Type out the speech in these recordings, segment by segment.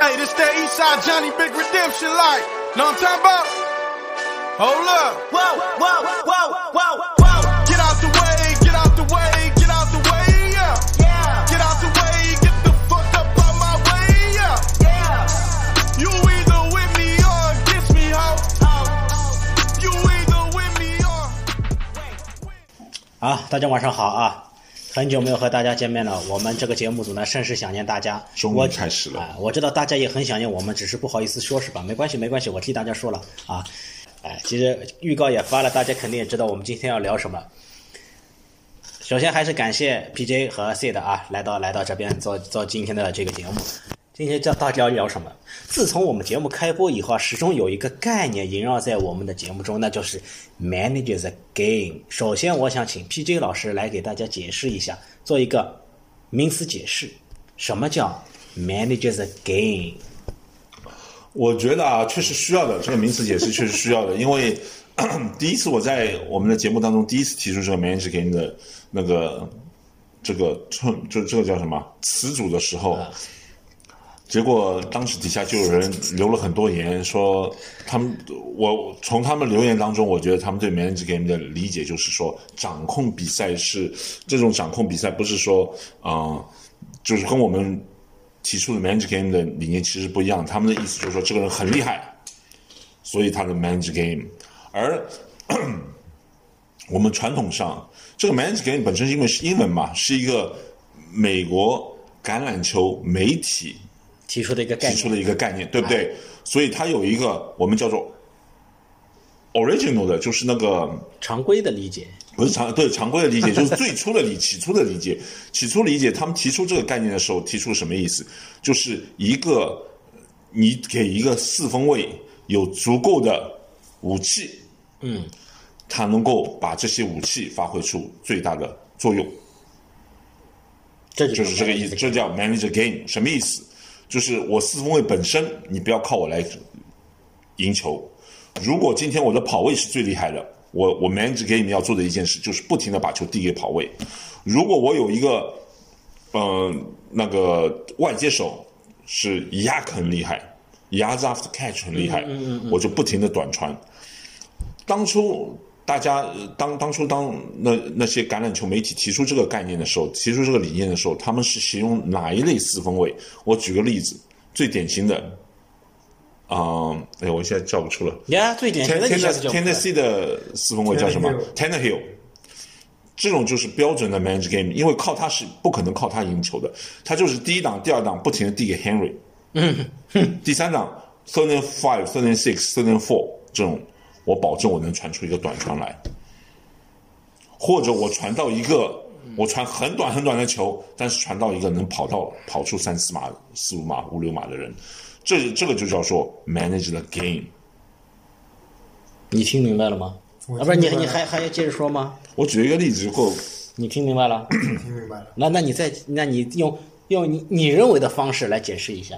Hey, this that Eastside Johnny Big Redemption like. Know what I'm talking about? Hold up. Whoa, whoa, whoa, whoa, whoa. Get out the way, get out the way, get out the way, yeah. Yeah. Get out the way, get the fuck up out my way, yeah. Yeah. You either with me or against me, ho. You either with me or. 啊，大家晚上好啊！很久没有和大家见面了，我们这个节目组呢甚是想念大家。终于我开始了啊我知道大家也很想念我们，只是不好意思说，是吧？没关系，没关系，我替大家说了啊。哎，其实预告也发了，大家肯定也知道我们今天要聊什么。首先还是感谢 PJ 和 C 的啊，来到来到这边做做今天的这个节目。今天叫大家聊什么？自从我们节目开播以后啊，始终有一个概念萦绕在我们的节目中，那就是 “manage the game”。首先，我想请 PJ 老师来给大家解释一下，做一个名词解释，什么叫 “manage the game”？我觉得啊，确实需要的，这个名词解释确实需要的，因为 咳咳第一次我在我们的节目当中第一次提出这个 manage 给你的那个这个这这这个叫什么词组的时候，结果当时底下就有人留了很多言，说他们我从他们留言当中，我觉得他们对 manage game 的理解就是说，掌控比赛是这种掌控比赛，不是说嗯、呃就是跟我们提出的 manage game 的理念其实不一样，他们的意思就是说这个人很厉害，所以他的 manage game，而我们传统上这个 manage game 本身因为是英文嘛，是一个美国橄榄球媒体提出的一个概提出念哎的一个概念，对不对？所以它有一个我们叫做 original 的，就是那个常规的理解。不是常对常规的理解， 就是最初的理起初的理解，起初理解他们提出这个概念的时候，提出什么意思？就是一个你给一个四分卫有足够的武器，嗯，他能够把这些武器发挥出最大的作用。这就就是这个意思，这叫 manage the game，什么意思？就是我四分卫本身，你不要靠我来赢球。如果今天我的跑位是最厉害的，我我 manage the game 要做的一件事就是不停的把球递给跑位。如果我有一个，呃，那个外接手是 yak 很厉害，yards after catch 很厉害，我就不停的短传。当初大家呃当当初当那那些橄榄球媒体提出这个概念的时候，提出这个理念的时候，他们是形容哪一类四分卫？我举个例子，最典型的，啊、哎呀，我现在叫不出了。呀，最典型的一下子 Tennessee 就 Tennessee 的四分卫叫什么 t e n n e h i l l 这种就是标准的 manage game，因为靠他是不可能靠他赢球的，他就是第一档、第二档不停的递给 Henry，嗯，第三档 third and five、third and six、third and four 这种，我保证我能传出一个短传来，或者我传到一个我传很短很短的球，但是传到一个能跑到跑出三四码、四五码、五六码的人，这这个就叫做 manage the game。你听明白了吗？啊，不是你你还还要接着说吗？我举一个例子就够，你听明白了？听明白了。那那你再，那你用用你你认为的方式来解释一下。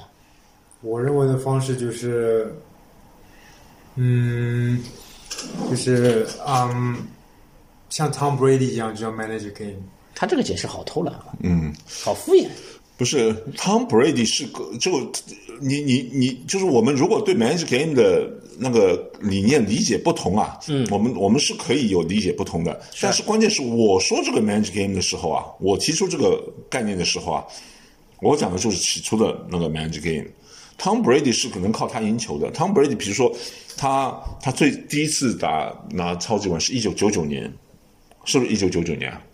我认为的方式就是，嗯，就是嗯，像 Tom Brady 一样，就叫 manage game。他这个解释好偷懒啊，嗯，好敷衍。不是 Tom Brady 是个就你你你就是我们如果对 manage game 的那个理念理解不同啊，嗯，我们我们是可以有理解不同的，但是关键是我说这个 manage game 的时候啊，我提出这个概念的时候啊，我讲的就是起初的那个 manage game。Tom Brady 是可能靠他赢球的。Tom Brady，比如说他他最第一次打拿超级碗是一九九九年，是不是一九九九年啊？啊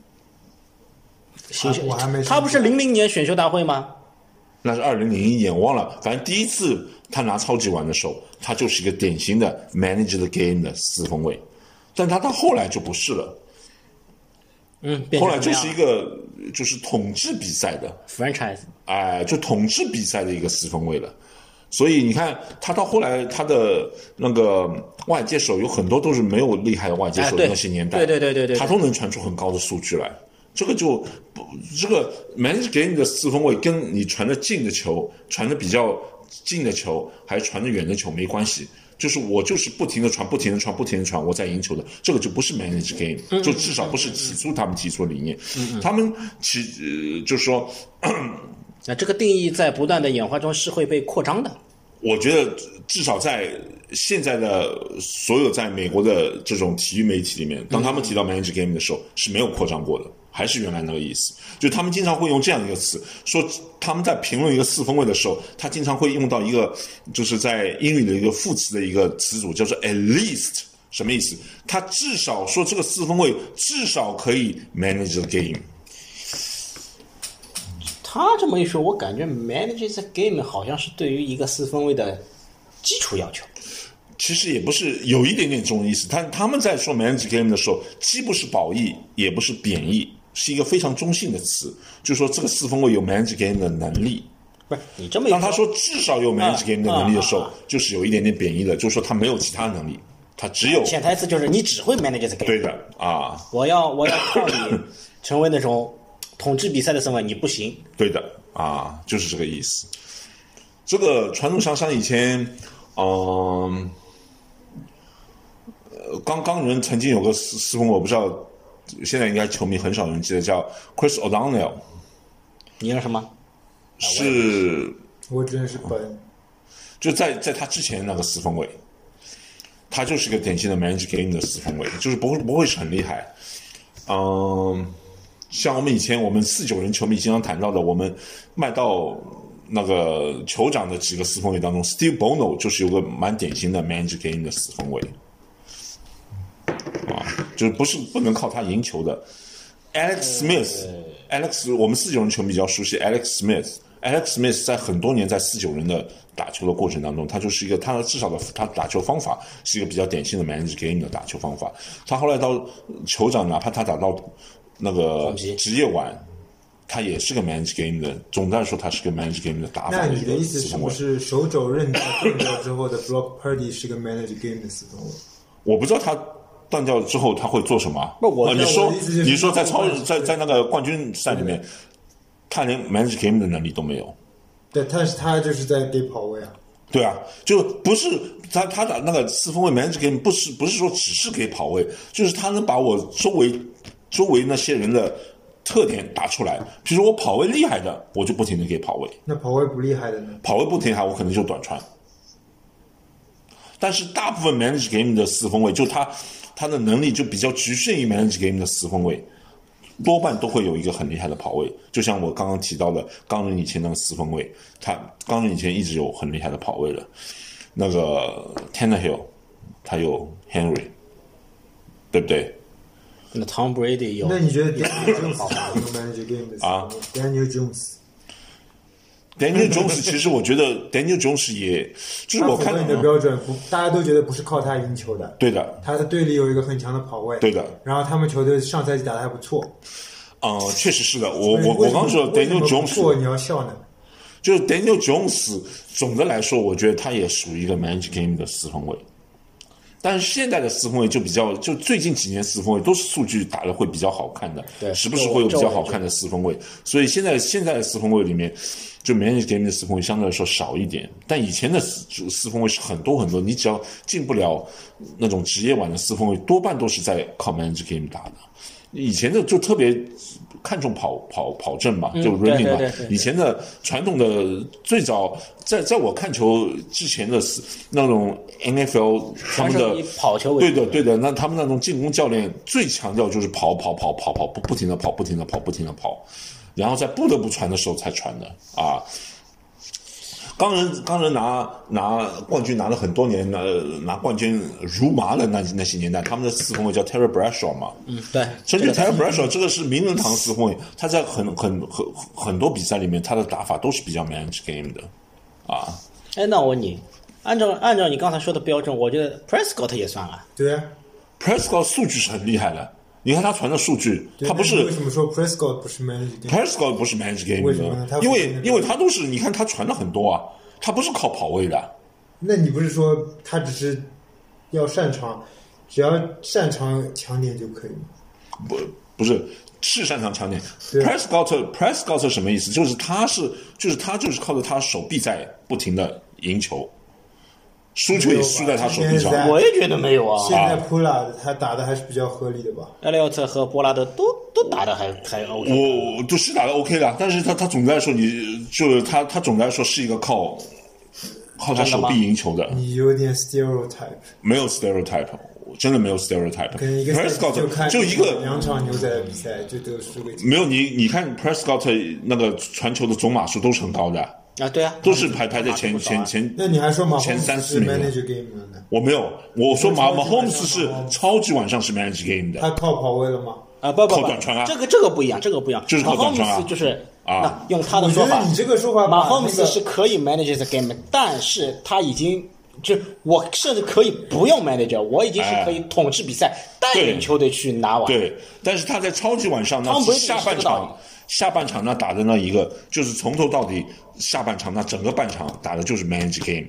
新秀我还没他不是零零年选秀大会吗？那是二零零一年，我忘了。反正第一次他拿超级碗的时候，他就是一个典型的 manage the game 的四分卫，但他到后来就不是了，嗯，变成后来就什是么一样个就是统治比赛的， franchise。哎、就统治比赛的一个四分卫了。所以你看，他到后来他的那个外接手有很多都是没有厉害的外接哎手，对那些年代，对对对对对他都能传出很高的数据来。这个就不，这个 manage 给你的四分卫跟你传的近的球、传的比较近的球，还是传的远的球没关系。就是我就是不停的传，不停的传，不停的传，我在赢球的，这个就不是 manage 嗯 game，就至少不是起初他们提出的理念。他们起、呃、就是说，那这个定义在不断的演化中是会被扩张的。我觉得至少在现在的所有在美国的这种体育媒体里面，当他们提到 manage game 的时候，是没有扩张过的，还是原来那个意思。就他们经常会用这样一个词，说他们在评论一个四分位的时候，他经常会用到一个就是在英语的一个副词的一个词组，叫做 at least，什么意思？他至少说这个四分位至少可以 manage the game。他这么一说，我感觉 manage the game 好像是对于一个四分卫的基础要求。其实也不是有一点点这种意思。他他们在说 manage game 的时候，既不是褒义，也不是贬义，是一个非常中性的词，就是说这个四分卫有 manage game 的能力。不是你这么一当他说至少有 manage game 的能力的时啊候，就是有一点点贬义的，就是说他没有其他能力，他只有潜台词就是你只会 manage the game。对的啊，我要我要靠你成为那种统治比赛的身份，你不行。对的啊，就是这个意思。这个传统商商以前，嗯、呃，刚刚人曾经有个四四分卫，我不知道，现在应该球迷很少人记得，叫 Chris O'Donnell，你要什么？是我真是笨。哦就在在他之前那个四分卫，他就是个典型的 manage game 的四分卫，就是不会不会是很厉害。嗯，像我们以前我们四九人球迷经常谈到的，我们卖到那个酋长的几个四分卫当中，Steve Bono 就是有个蛮典型的 manage game 的四分卫，啊，就是不是不能靠他赢球的。Alex 哎 Smith，Alex，我们四九人球迷比较熟悉 Alex Smith。Alex Smith 在很多年在四九人的打球的过程当中，他就是一个他至少的他打球方法是一个比较典型的 manage game 的打球方法。他后来到酋长，哪怕他打到那个红旗职业晚，他也是个 manage game 的。总的来说，他是个 manage game 的打法。那你的意思四是分不卫是手肘韧带断掉之后的 block party 是个 manage game 的四分卫？我不知道他断掉之后他会做什么啊。不我啊你我说的意思就是你说在超对在在那个冠军赛里面，他连 manage game 的能力都没有。对，但是他就是在给跑位啊。对啊，就不是他他打那个四分卫 manage game 不是不是说只是给跑位，就是他能把我周围周围那些人的特点打出来。比如说我跑位厉害的，我就不停的给跑位。那跑位不厉害的呢？跑位不停下，我可能就短传。但是大部分 manage game 的四分卫，就他他的能力就比较局限于 manage game 的四分卫，多半都会有一个很厉害的跑位。就像我刚刚提到的，冈仁以前那个四分卫，他冈仁以前一直有很厉害的跑位的。那个 Tannehill，他有 Henry，对不对？那 Tom Brady 有那你觉得 Daniel 啊 Jones 是一个 manage game 的四分卫？Daniel Jones， Daniel Jones，其实我觉得 Daniel Jones 也，就是他我符看合你的标准，不，大家都觉得不是靠他赢球的。对的，他的队里有一个很强的跑位，对的然后他们球队上赛季打的还不错。嗯、确实是的。我那你我为我什么刚说为什 Daniel 么不 Jones 错，你要笑呢？就是 Daniel Jones，总的来说，我觉得他也属于一个 manage game 的四分卫。但是现在的四分卫就比较，就最近几年四分卫都是数据打的会比较好看的，对时不时会有比较好看的四分卫。所以现在现在的四分卫里面，就 manage game 的四分卫相对来说少一点。但以前的四就四分卫是很多很多，你只要进不了那种职业晚的四分卫，多半都是在靠 manage game 打的。以前的就特别看重跑跑跑阵嘛，就 running 嗯对对嘛对对。以前的传统的最早在在我看球之前的四那种 NFL 他们还的是以跑球为对主的对的，那他们那种进攻教练最强调就是跑跑跑跑跑不不停的跑不停的跑不停的跑，然后在不得不传的时候才传的啊。冈仁冈仁拿拿冠军拿了很多年，拿拿冠军如麻的那那些年代，他们的四分卫叫 Terry Bradshaw 嘛，嗯对，甚至这个 Terry Bradshaw 这个是名人堂四分卫，他在很很很很多比赛里面，他的打法都是比较 manage game 的啊。哎，那我问你，按照按照你刚才说的标准，我觉得 Prescott 也算啊。对啊， Prescott 数据是很厉害的，你看他传的数据，对他不那你是为什么说 Prescott 不是 manage game？ Prescott 不是 manage game 为什么呢他的，不因是为那个因为他都是你看他传的很多啊，他不是靠跑位的。那你不是说他只是要擅长，只要擅长强点就可以吗？不不是是擅长抢点。对 Prescott Prescott 是什么意思？就是他是就是他就是靠着他手臂在不停的赢球，输球也输在他手臂上没有吧今天。在我也觉得没有啊现。在 Pula 他打的还是比较合理的吧？艾利奥特和博拉德都都打的还还 OK。我我就是打的 OK 了，但是他他总的来说，你就是他他总的来说是一个靠靠他手臂赢球的，你有点 stereotype，没有 stereotype，我真的没有 stereotype。可能一个 Prescott 就看就一个两场牛仔比赛就都输给没有你你看 Prescott 那个传球的总码数都是很高的，啊，对啊，都是排排在前前前。那你还说马前洪三四是名 manage game 了呢？我没有，我说马超马级晚 Holmes 上是嘛超级晚上是 manage game 的他，靠跑位了吗？啊，不不不靠短传啊这个这个不一样，这个不一样，就是靠短传啊 Mahomes 就是啊那用他的我说觉法得，你这个说法把马霍姆那斯个是可以 manage the game，但是他已经就我甚至可以不用 manager，我已经是可以统治比赛，带领球队去拿碗。哎对，但是他在超级晚上那 Tom Brady 也是下这半个道场理，下半场那打的那一个就是从头到底，下半场那整个半场打的就是 manage game。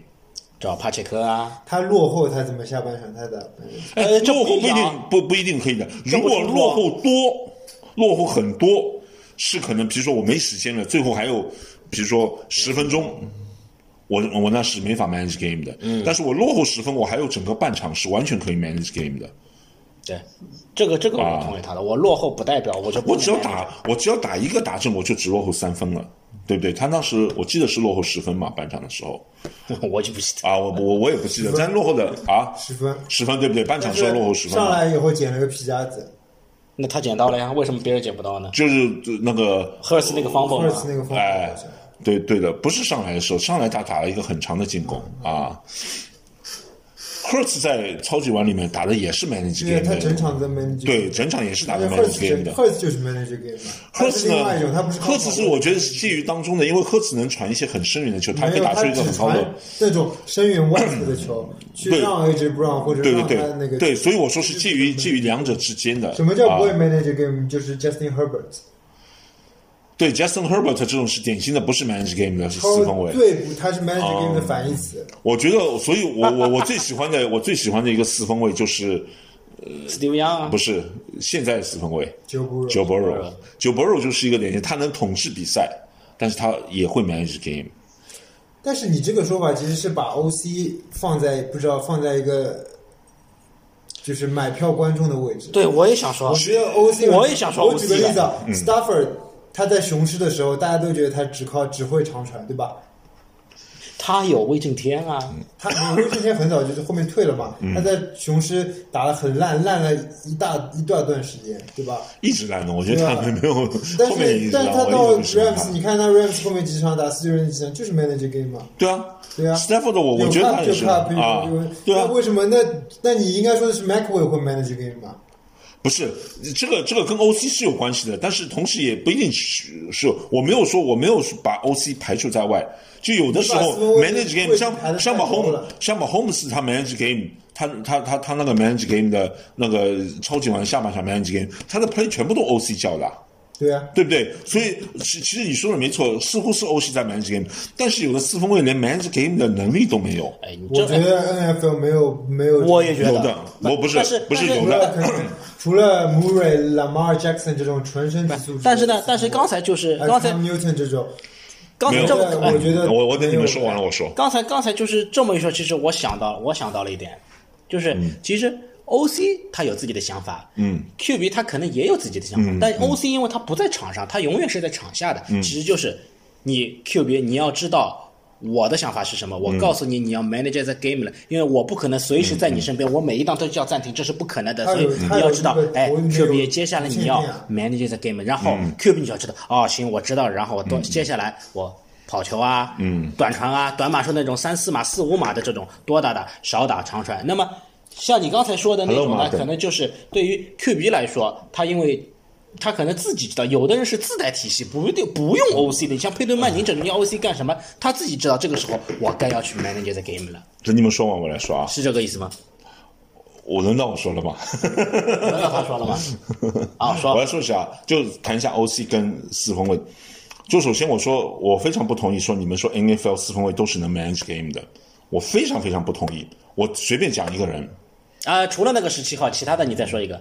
找帕切科啊，他落后，他怎么下半场他打？呃，这哎落后不一不一样定啊。不不一定可以的，如果这不是落落后多，落后很多，是可能比如说我没时间了，最后还有比如说十分钟。我我那是没法 manage game 的，嗯但是我落后十分，我还有整个半场是完全可以 manage game 的。对，这个这个我同意他的，我落后不代表我就不啊我只要 manager 打，我只要打一个打正，我就只落后三分了，对不对？他当时我记得是落后十分嘛，半场的时候 我就不记得。啊，我我我也不记得，咱落后的啊十分，十分，对不对？半场但时候落后十是分嘛，上来以后捡了个皮夹子，那他捡到了呀，为什么别人捡不到呢？就是那个赫尔斯那个方赫法尔茨哦那嘛，个方哎法好像。，对对的，不是上来的时候，上来他打了一个很长的进攻啊。赫茨在超级碗里面打的也是 manage 因为 game 他整的，场在 manage，对，整场也是打的因为赫 manage 茨 game 的。赫茨就是 manage game 嘛。赫他茨是呢另外一种，他不是靠跑赫位茨是我觉得是介于当中的，因为赫茨能传一些很深远的球，他可没以有打他出一只个很高传的。那种深远外侧的球，去对让 AJ Brown 或者对让他对那对个对，所以我说是介于介于两者之间的。什么叫不会啊 manage game？就是 Justin Herbert，对 Justin Herbert 这种是典型的不是 manage game 的是四分超卫。啊对不，他是 manage game 的反义词。我觉得，所以我我我最喜欢的我最喜欢的一个四分卫就是斯蒂 v 杨啊不，是现在的四分卫 Joe Burrow Joe Burrow，Joe Burrow 就是一个典型，他能统治比赛，但是他也会 manage game。但是你这个说法其实是把 OC 放在不知道放在一个就是买票观众的位置。对，我也想说我，觉得 OC，我也想说我举个 OC 的例子啊，Stafford 嗯他在雄狮的时候，大家都觉得他只靠只会长传，对吧？他有威震天啊，他因为之前很早就是后面退了嘛，嗯他在雄狮打得很烂，烂了一大一大段时间，对吧？一直烂的，我觉得他对们啊没有，但后面也一直是但烂是他，我到一直不喜欢 Rams，他。你看他 Rams 后面几场打四六人几场就是 manage game 嘛，对啊，对啊 s t a f f o r d 我我觉得他也就是怕被啊有，对啊那，为什么？那那你应该说的是 McWay 会 manage game 嘛？不是这个这个跟 OC 是有关系的，但是同时也不一定是是，我没有说我没有把 OC 排除在外，就有的时你候把斯文 manage 位 game 置排像得像太把高 home 了像把 homes 他 manage game，他他他他那个 manage game 的那个超级碗下半场 manage game，他的 play 全部都 OC 叫的啊、对啊，对不对？所以其其实你说的没错，似乎是 OC 在 manage game，但是有的四分卫连 manage game 的能力都没有。哎，你这我觉得 NFL 没有没有，我也觉得有的，我不是但是不是但是有除的了，可能除了 Murray、Lamar Jackson 这种纯身体素质，但是呢，但是刚才就是还有刚才 Cam Newton 这种，刚没才有这么，对哎我觉得我我等你没们有说完了，我说。刚才刚才就是这么一说，其实我想到我想到了一点，就是其实 OC 他有自己的想法，嗯，QB 他可能也有自己的想法，但 OC 因为他不在场上，他永远是在场下的，其实就是你 QB 你要知道。我的想法是什么？我告诉你，你要 manage the game 了，因为我不可能随时在你身边，我每一档都叫暂停，这是不可能的。他所以有他你要有知道一个，哎头那，QB 种接下来界你面要啊 manage the game，然后 QB 你就要知道，哦，行，我知道了，然后我多接下来我跑球啊，嗯，短传啊，短码是那种三四码、四五码的这种多打打、少打长传。那么像你刚才说的那种 Hello, 呢， Martin 可能就是对于 QB 来说，他因为他可能自己知道，有的人是自带体系，不一定不用 OC 的。你像佩顿曼宁这种，你要 OC 干什么？他自己知道这个时候我该要去 manage the game 了，等你们说完我来说啊，是这个意思吗？我轮到我说了吧？轮到他说了吗？啊，我说来说一下，就谈一下 OC 跟四分卫。就首先我说，我非常不同意说你们说 NFL 四分卫都是能 manage game 的，我非常非常不同意。我随便讲一个人啊，除了那个十七号，其他的你再说一个。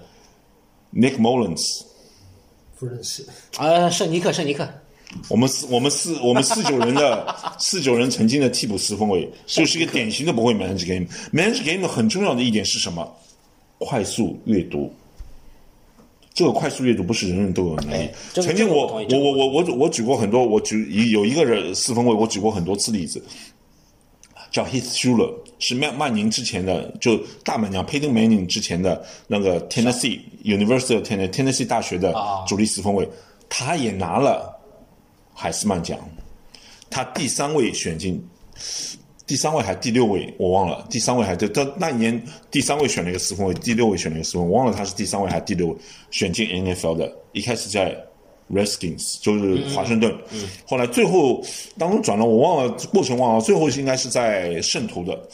，Nick Mullins，不认识。啊，圣尼克，圣尼克，我们四我们四我们四九人的 四九人曾经的替补四分卫，就是一个典型的不会 manage game。manage game 很重要的一点是什么？快速阅读。这个快速阅读不是人人都有能力哎。这个曾经这我个我同意这我个我我我我举过很多，我举有一个人四分卫，我举过很多次例子，叫 Heath Schuler，是曼曼宁之前的，就大门将 Peyton Manning 之前的那个 Tennessee University of Tennessee Tennessee 大学的啊主力四分卫，他也拿了海斯曼奖，他第三位选进。第三位还是第六位，我忘了。第三位还对，他那一年第三位选了一个四分卫，第六位选了一个四分卫，我忘了他是第三位还是第六位选进 NFL 的。一开始在 Redskins 就是华盛顿，后来最后当中转了，我忘了过程忘了，最后应该是在圣徒的。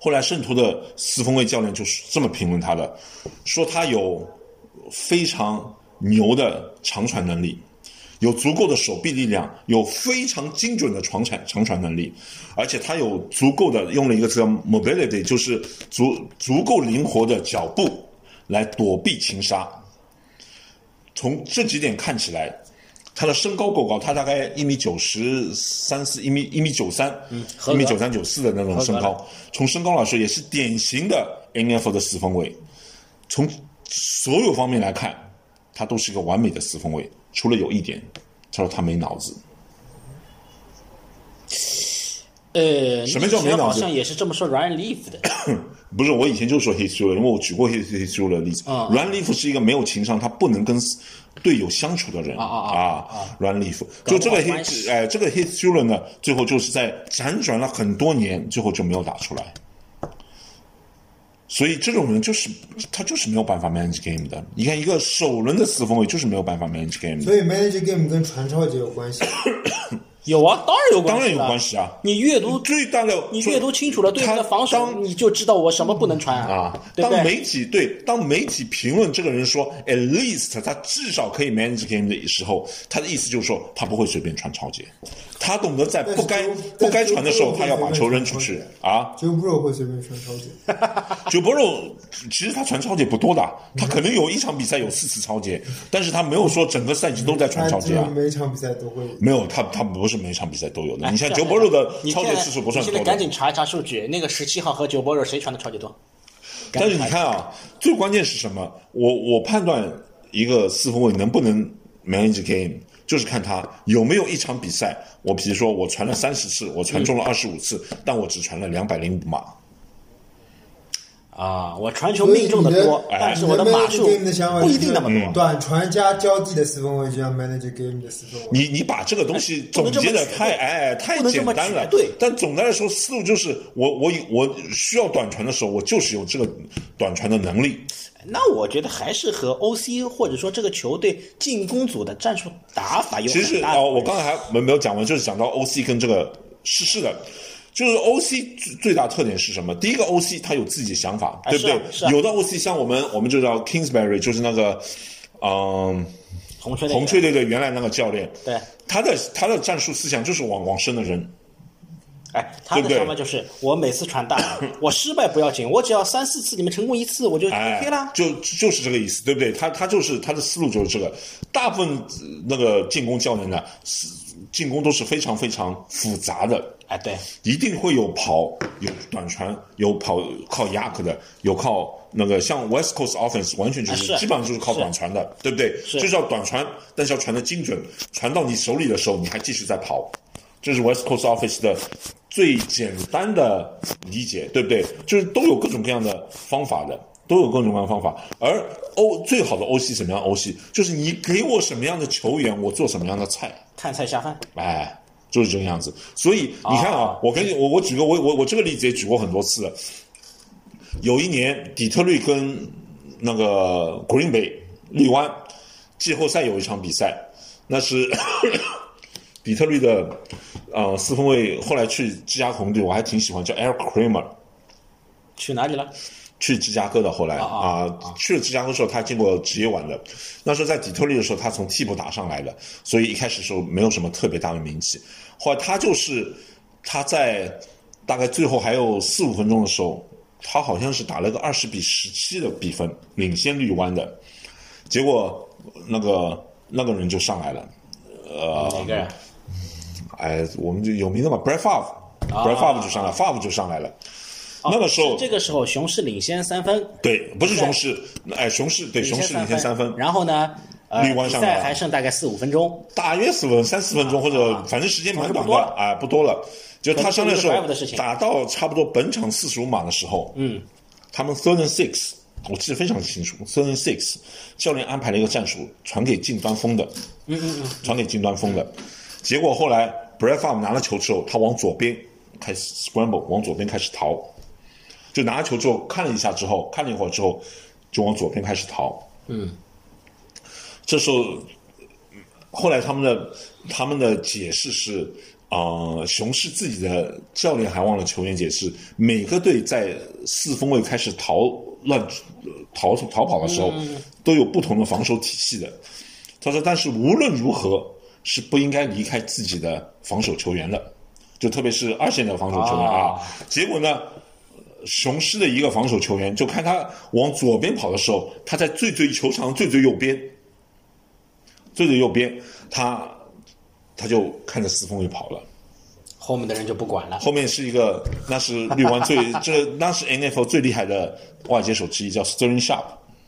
后来圣徒的四分卫教练就是这么评论他的，说他有非常牛的长传能力，有足够的手臂力量，有非常精准的长传长传能力，而且他有足够的用了一个词叫 mobility，就是足足够灵活的脚步来躲避擒杀。从这几点看起来，他的身高够高，他大概一米九十三四，一米一米九三，合一格米九三九四的那种身合格高。从身高来说，也是典型的 NFL 的四分卫。从所有方面来看，他都是一个完美的四分卫，除了有一点，他说他没脑子。呃，什么叫没脑子好像也是这么说 Ryan Leaf 的，不是，我以前就说 h i s t u 了，因为我举过 h i s t u 的例子。啊阮利夫是一个没有情商，他不能跟队友相处的人啊啊啊！阮利夫搞就不这个好 h i 关 s 系哎，这个 h i s t u 呢，最后就是在辗转了很多年，最后就没有打出来。所以这种人就是他就是没有办法 manage game 的。你看一个首轮的四分卫就是没有办法 manage game 所的，以 manage game 跟传超级有关 系。有啊，当然有关系，当然有关。系啊。你阅读最大的你阅读清楚了对他面的防守当，你就知道我什么不能传啊，对不对？当媒体对当媒体评论这个人说 at least 他至少可以 manage game 的时候，他的意思就是说他不会随便传超节，他懂得在但是不该丢不但该丢传的时候，丢他要把球扔出丢去丢丢啊。 j o e Burrow 会随便传超级，九波肉其实他传超节不多的，他可能有一场比赛有四次超节，但是他没有说整个赛季都在传他超基节啊嗯本。每场比赛都会。没有，他他不是每一场比赛都有的。你像这九样波肉的啊你超节现在次数不算你多现在赶的。紧查一查数据，那个十七号和九波肉谁传的超级多？但是你看啊，最关键是什么？我我判断一个四分卫能不能 manage game，就是看他有没有一场比赛，我比如说我传了三十次，我传中了二十五次，但我只传了两百零五码。啊，我传球命中的多，哎所以你但是我的的码数你 manage game 的想法不一定那么就是多。嗯短传加交地的四分卫就像 manage game 的四分卫。你你把这个东西总结的太哎太不能简这么单了绝，对但总的来说思路就是我我我需要短传的时候，我就是有这个短传的能力。那我觉得还是和 OC 或者说这个球队进攻组的战术打法有其实很大的哦，我关刚才还没没有讲完，就是讲到 OC 跟这个是是的，就是 OC 最最大特点是什么？第一个 OC 他有自己想法，哎对不对？是啊是啊有的 OC 像我们我们就叫 Kingsbury，就是那个嗯系红圈红雀队的原来那个教练，对，他的他的战术思想就是往往深的人，哎，他对不的对想法就是我每次传大码， 我失败不要紧，我只要三四次你们成功一次我就哎 OK 啦。就就是这个意思，对不对？他他就是他的思路就是这个。大部分呃那个进攻教练呢，是进攻都是非常非常复杂的，哎，对，一定会有跑有短传，有跑靠 yak 的，有靠那个像 West Coast offense 完全就是,、啊是基本上就是靠短传的，对不对？就是要短传，但是要传的精准，传到你手里的时候，你还继续在跑。这是 West Coast Office 的最简单的理解，对不对？就是都有各种各样的方法的，都有各种各样的方法。而 O 最好的 OC 什么样的 OC，就是你给我什么样的球员，我做什么样的菜。看菜下饭，哎，就是这个样子。所以你看啊，我跟你我我举个我我我这个例子也举过很多次了。有一年，底特律跟那个 Green Bay 利湾季后赛有一场比赛，那是 底特律的呃四分卫，后来去芝加哥红队，我还挺喜欢，叫 Eric Kramer。去哪里了？去芝加哥的，后来啊啊啊，去了芝加哥的时候，他进过职业晚的。那时候在底特律的时候，他从替补打上来的，所以一开始的时候没有什么特别大的名气。后来他就是他在大概最后还有四五分钟的时候，他好像是打了个二十比十七的比分，领先绿湾的。结果那个那个人就上来了，哦哪个人？哎，我们就有名的嘛 b r e t f a v b r e t f a v 就上来 f a v 就上来了。那个时候啊哦是这个时候雄狮领先三分，对，不是雄狮，哎，雄狮对雄狮领先三分，然后呢，呃，绿湾比上来赛了还剩大概四五分钟，大约四分三四分钟，或者反正时间蛮短的啊，不多了。就他伤的时这是一个 drive 候的事情，打到差不多本场四十五码的时候，嗯，他们 third and six，我记得非常清楚，third and six，教练安排了一个战术，传给近端锋的，嗯嗯嗯，传给近端锋的。结果后来 b r e d f a r m 拿了球之后，他往左边开始 scramble，往左边开始逃，就拿了球之后看了一下之后，看了一会儿之后，就往左边开始逃。嗯，这时候后来他们的他们的解释是，呃，雄狮自己的教练还忘了球员解释，每个队在四分卫开始逃乱逃逃跑的时候，都有不同的防守体系的。他说，但是无论如何是不应该离开自己的防守球员的，就特别是二线的防守球员啊。结果呢，雄狮的一个防守球员，就看他往左边跑的时候，他在最最球场最最右边，最最右边，他他就看着四分卫跑了。后面的人就不管了。后面是一个，那是绿湾最 这那是 NFL 最厉害的外接手之一，叫 Sterling Sharp，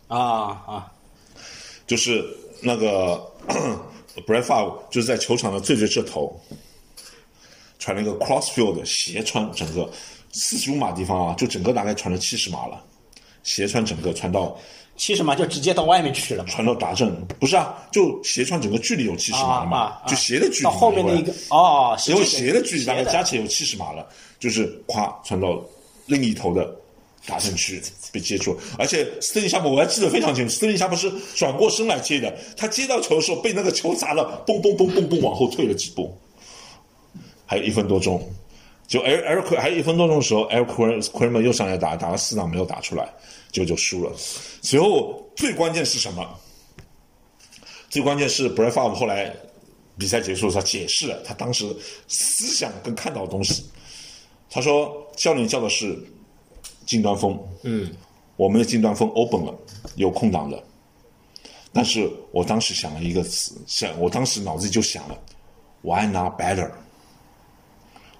啊啊，就是那个 b r e f a 就是在球场的最最这头，传了一个 crossfield 斜穿整个四十五码地方啊，就整个大概传了七十码了，斜穿整个传到七十码就直接到外面去了嘛。传到达阵，不是啊，就斜穿整个距离有七十啊码了嘛，啊，啊就斜的距离到嘛后面那一个哦，是因这为个斜的距离大概斜的加起来有七十码了，就是咵传到另一头的打阵区被接住，而且斯特林夏普我还记得非常清楚，斯特林夏普是转过身来接的，他接到球的时候被那个球砸了，嘣嘣嘣嘣嘣往后退了几步，还有一分多钟，就埃埃尔奎还有一分多钟的时候，埃尔奎奎门又上来打，打了四档没有打出来，结果就输了。随后最关键是什么？最关键是 b r e f a 后来比赛结束的时候，他解释了他当时思想跟看到的东西。他说教练叫的是近端锋，嗯，我们的近端锋 open 了，有空档的。但是我当时想了一个词，想我当时脑子里就想了，Why not better？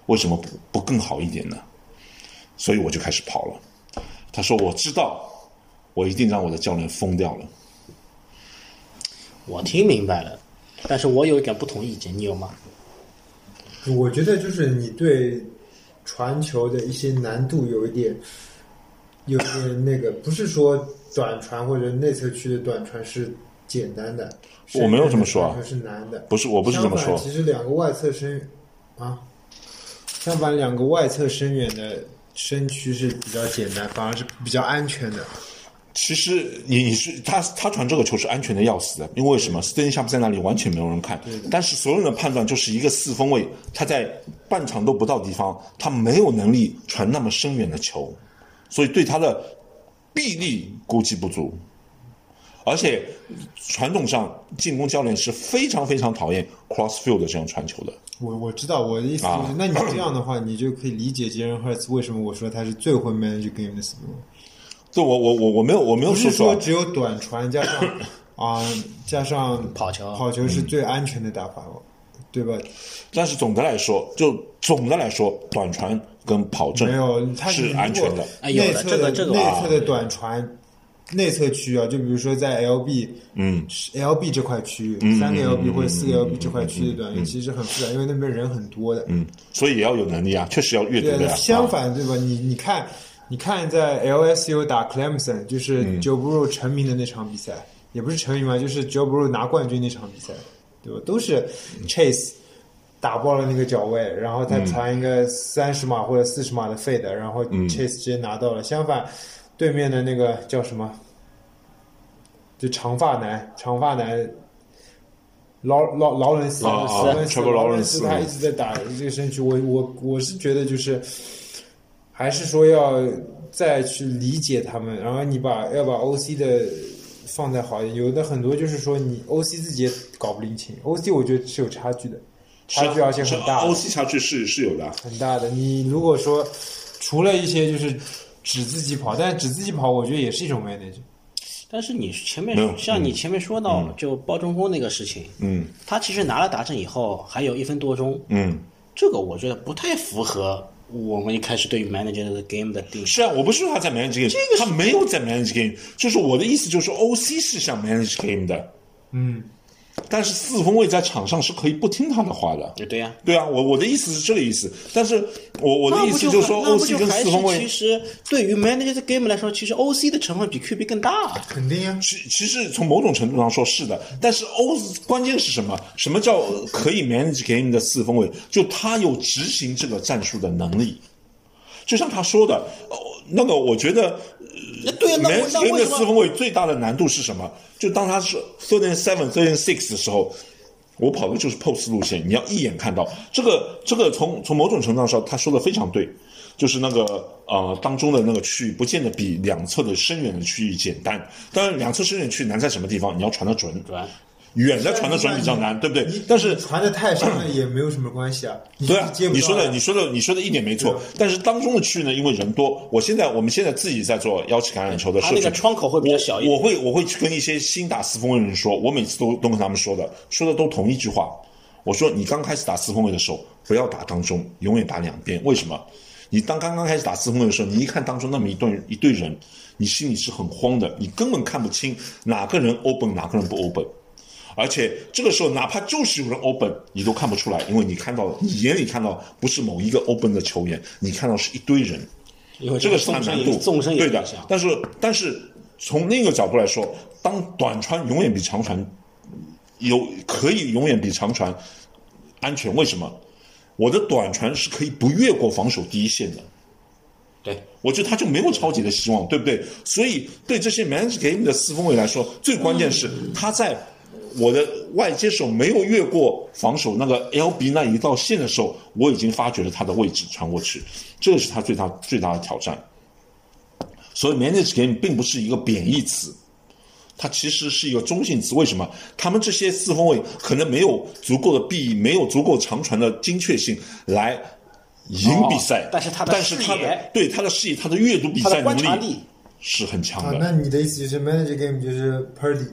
为什么不不更好一点呢？所以我就开始跑了。他说我知道，我一定让我的教练疯掉了。我听明白了，但是我有一点不同意见，你有吗？我觉得就是你对传球的一些难度有一点，有一点那个，不是说短传或者内侧区的短传是简单的，我没有这么说啊深圳的短传是难的，不是，我不是这么相说反。其实两个外侧深啊，相反两个外侧深远的身躯是比较简单，反而是比较安全的。其实你你是他他传这个球是安全的要死的，因为什么？斯特林夏普在那里完全没有人看，但是所有人的判断就是一个四分卫，他在半场都不到地方，他没有能力传那么深远的球，所以对他的臂力估计不足。而且传统上进攻教练是非常非常讨厌 crossfield 这样传球的，我我知道我的意思就是，啊那你这样的话，你就可以理解杰伦赫兹为什么我说他是最会 manage game 的 s m o 对我我我我没有我没有不说是错说啊，只有短传加上 啊、加上跑球跑球是最安全的打法，对吧？但是总的来说，就总的来说，短传跟跑阵没有，他是安全的。嗯哎有的内侧这的个这个内啊侧的短传，内侧区域啊，就比如说在 LB，嗯，LB 这块区域，嗯三个 LB 或者四个 LB 这块区域的短传其实很复杂，因为那边人很多的。嗯，所以也要有能力啊，确实要阅读对的啊，呀。相啊，反对吧？你你看，你看在 LSU 打 Clemson，就是 Joe Burrow 成名的那场比赛，也不是成名嘛，就是 Joe Burrow 拿冠军那场比赛，对吧？都是 Chase 打爆了那个脚位，然后他传一个三十码或者四十码的 fade，然后 Chase 直接拿到了。相反，对面的那个叫什么？就长发男，长发男。劳劳劳伦斯，啊啊劳伦斯， Trevor 劳 Lawrence，嗯伦斯，他一直在打这个身躯。我我我是觉得就是，还是说要再去理解他们，然后你把要把 OC 的放在好一点。有的很多就是说你 OC 自己也搞不拎清，OC 我觉得是有差距的，差距而且很大的 O C 差距是是有的，啊很大的。你如果说除了一些就是只自己跑，但是只自己跑，我觉得也是一种 manage。但是你前没面有嗯像你前面说到就包中锋那个事情，嗯，他其实拿了达阵以后还有一分多钟，嗯，这个我觉得不太符合我们一开始对于 manager 的 game 的定义。是啊，我不是说他在 manage game，他没有在 manage game，就是我的意思就是说 OC 是像 manage game 的，嗯，但是四分卫在场上是可以不听他的话的，对呀、对啊，我我的意思是这个意思，但是我我的那意不思就就是说那不 OC 就跟还四是分其卫，实对于 manager 的 game 来说，其实 OC 的成分比 QB 更大。肯定啊，其其实从某种程度上说是的，但是 O 关键是什么？什么叫可以 manage game 的四分卫？就他有执行这个战术的能力，就像他说的，哦，那个我觉得那嗯对啊，那我 Man's 那 game 为的什四么？分卫最大的难度是什么？就当他是 third and seven、third and six 的时候，我跑的就是 post 路线，你要一眼看到这个这个从从某种程度上说，他说的非常对，就是那个呃当中的那个区域，不见得比两侧的深远的区域简单。当然，两侧深远区域难在什么地方？你要传得准，对吧远的传得准比较难，对不对你？但是你传的太深了也没有什么关系啊。对啊接，不你到说的，呀你说的，你说的一点没错。但是当中的区域呢，因为人多，我现在我们现在自己在做幺七橄榄球的它社那群个窗口会比较小一我点。我会我会去跟一些新打四分卫的人说，我每次都都跟他们说的，说的都同一句话。我说你刚开始打四分卫的时候，不要打当中，永远打两边。为什么？你当刚刚开始打四分卫的时候，你一看当中那么一队一队人，你心里是很慌的，你根本看不清哪个人 open 哪个人不 open。而且这个时候，哪怕就是有人 open，你都看不出来，因为你看到你眼里看到不是某一个 open 的球员，你看到是一堆人。因为这个是它纵深难也度，纵深也对比较的小。但是但是从另一个角度来说，当短传永远比长传有可以永远比长传安全，为什么？我的短传是可以不越过防守第一线的，对，我觉得他就没有超级的希望，对不对？所以对这些 manage game 的四分卫来说，最关键是他在我的外接手没有越过防守那个 LB 那一道线的时候，我已经发觉了他的位置传过去，这个是他最大最大的挑战。所以 manage game 并不是一个贬义词，它其实是一个中性词。为什么？他们这些四分卫可能没有足够的臂，没有足够长传的精确性来赢比赛，哦但是他的但是他视野的对他的视野、他的阅读比它赛的观能察力力，是很强啊，的。那你的意思就是 manager game 就是 Purdy，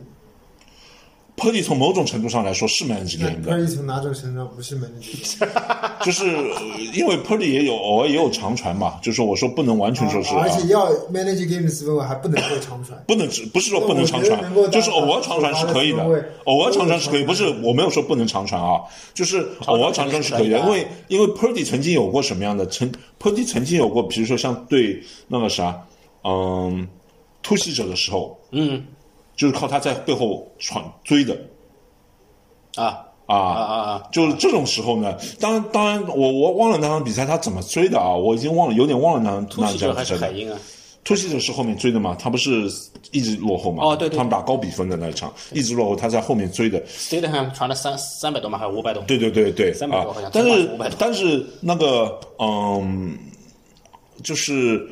Purdy 从某种程度上来说是 manage 那 game 的， Purdy 从哪种程度上不 是 manager game？就是呃因为 Purdy 也有偶尔也有长传嘛，就是我说不能完全说是、啊而且要 manager game 的四分卫还不能够长传。不能只不是说不能长传我觉得能够，达到就是偶尔长传是可以首发的的地位，偶尔长传是可以，偶不尔长是传我没有说不能长传啊，就是偶尔长传是可以的，长传是可以的因为因为 Purdy 曾经有过什么样的，曾 Purdy 曾经有过，比如说像对那个啥，嗯，突袭者的时候，嗯就是靠他在背后传追的啊啊啊。啊啊！就是这种时候呢，当然，当然，我我忘了那场比赛他怎么追的啊，我已经忘了，有点忘了那突那袭场者比还赛是了海。鹰啊？突袭者是后面追的嘛？他不是一直落后嘛？哦对对他们打高比分的那一场，一直落后，他在后面追的。 s t a t h a m 传了三三百多码还是五百多？对对对对， 300啊多好像，但是300多但是那个嗯，就是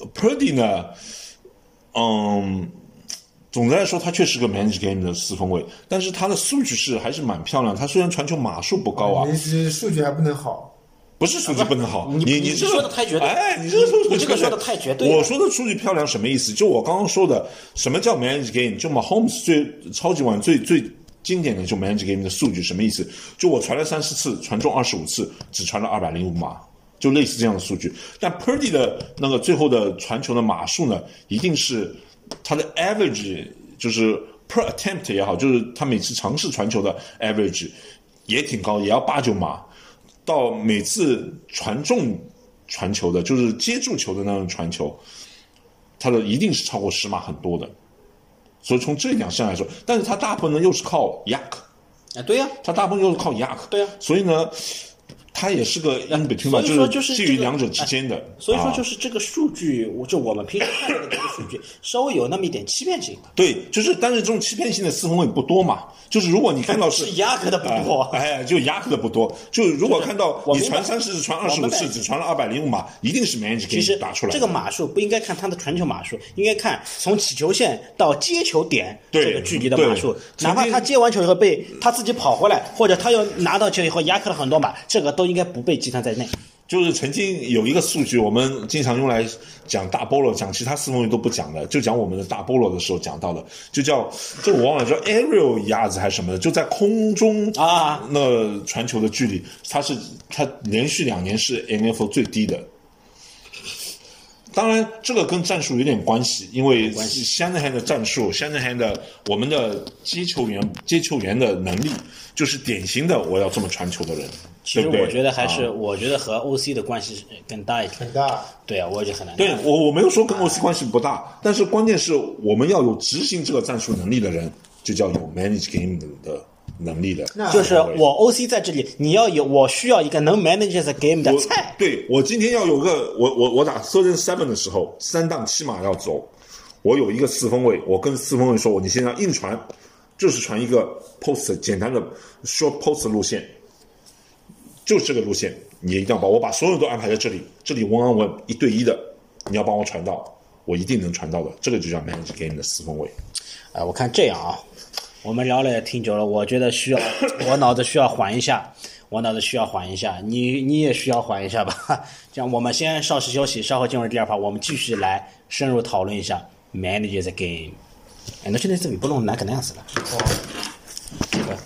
呃 Purdy 呢，嗯，总的来说他确实是个 manage game 的四分卫，但是他的数据是还是蛮漂亮。他虽然传球码数不高啊你的，意思就是数据还不能好，不是数据不能好， 你你你这说得太绝对哎，你这个说你这个说说得太绝对了我说的数据漂亮什么意思？就我刚刚说的，什么叫 manage game？就 Mahomes 最超级碗最最经典的就 manage game 的数据什么意思？就我传了三十次，传中二十五次，只传了二百零五码。就类似这样的数据，但 Purdy 的那个最后的传球的码数呢，一定是他的 average 就是 per attempt 也好，就是他每次尝试传球的 average 也挺高，也要八九码。到每次传中传球的，就是接住球的那种传球，他的一定是超过十码很多的。所以从这一点上来说，但是他大部分呢又是靠 yak，啊，对呀、他大部分又是靠 yak，对啊哎所以呢，他也是个 in between 嘛，所以说是就是介这于个哎两者之间的。所以说啊就是这个数据，我就我们平时看到的这个数 据，稍微有那么一点欺骗性。对，就是但是这种欺骗性的四分卫不多嘛，就是如果你看到 是是压克的不多 哎哎，就压克的不多，就如果看到我你明白传三十次、传二十我明五白次，只传了二百零五码，一定是 manage 给 其实你打出来的。这个码数不应该看它的传球码数，应该看从起球线到接球点对这个距离的码数对。哪怕曾经他接完球以后被他自己跑回来，或者他又拿到球以后压克了很多码，这个都应该不被计算在内。就是曾经有一个数据，我们经常用来讲大菠萝，讲其他四分卫都不讲的，就讲我们的大菠萝的时候讲到的，就叫这我忘了叫 aerial yards 还是什么的，就在空中啊那传球的距离，它是它连续两年是 NFL 最低的。当然，这个跟战术有点关系，因为香奈汉的战术，香奈汉的我们的接球员接球员的能力，就是典型的我要这么传球的人，其对实不对？我觉得还是，啊我觉得和 OC 的关系是更大一点。很大。对啊，我也觉得很难。对我我没有说跟 OC 关系不大，但是关键是我们要有执行这个战术能力的人，就叫有 manage game 的的能力的。那就是我 OC 在这里，你要有我需要一个能 manage the game 的我菜。对我今天要有个我我我打 Surgeon Seven 的时候，三档起码要走。我有一个四分位，我跟四分位说，我你现在硬传，就是传一个 post 简单的 short post 路线，就是这个路线，你一定要把我把所有人都安排在这里，这里 one on one 一对一的，你要帮我传到，我一定能传到的。这个就叫 manage game 的四分位。啊，我看这样啊，我们聊了也挺久了，我觉得需要，我脑子需要缓一下，我脑子需要缓一下，你你也需要缓一下吧。 这样，我们先稍事休息，稍后进入第二趴，我们继续来深入讨论一下 manage the game。哎，侬现在这尾巴弄难搿能样子了？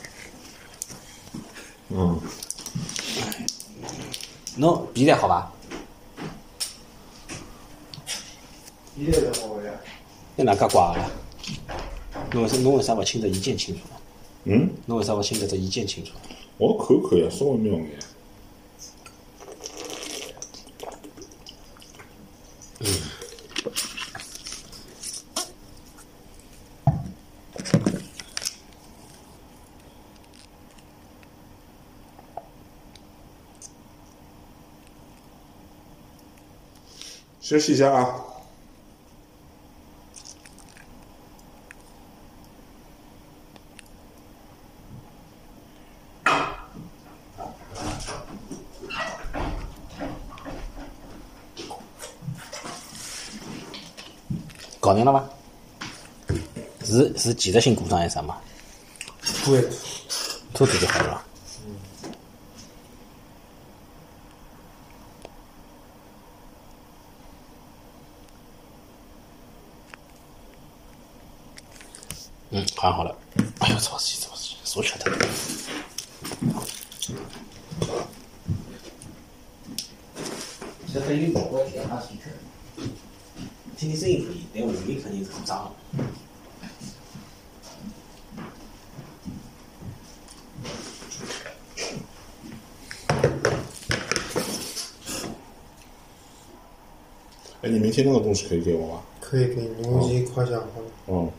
嗯，侬皮带好吧？一类的好呀，那哪嘎挂了？侬为啥侬为啥勿清得一键清除呢？嗯，侬为啥勿清得这一键清除呢？我口渴呀，稍微没有眼。休息一下啊。搞定了伐？是是技术性故障还是啥嘛？不会，吐吐就好了。嗯，好像好了。哎呦，操死！操死！手扯的。这等于我贴上去看，听你声音可以，但我音肯定是很脏了。哎，你明天那个东西可以给我吗？可以给你，我已经哦夸奖好了。嗯。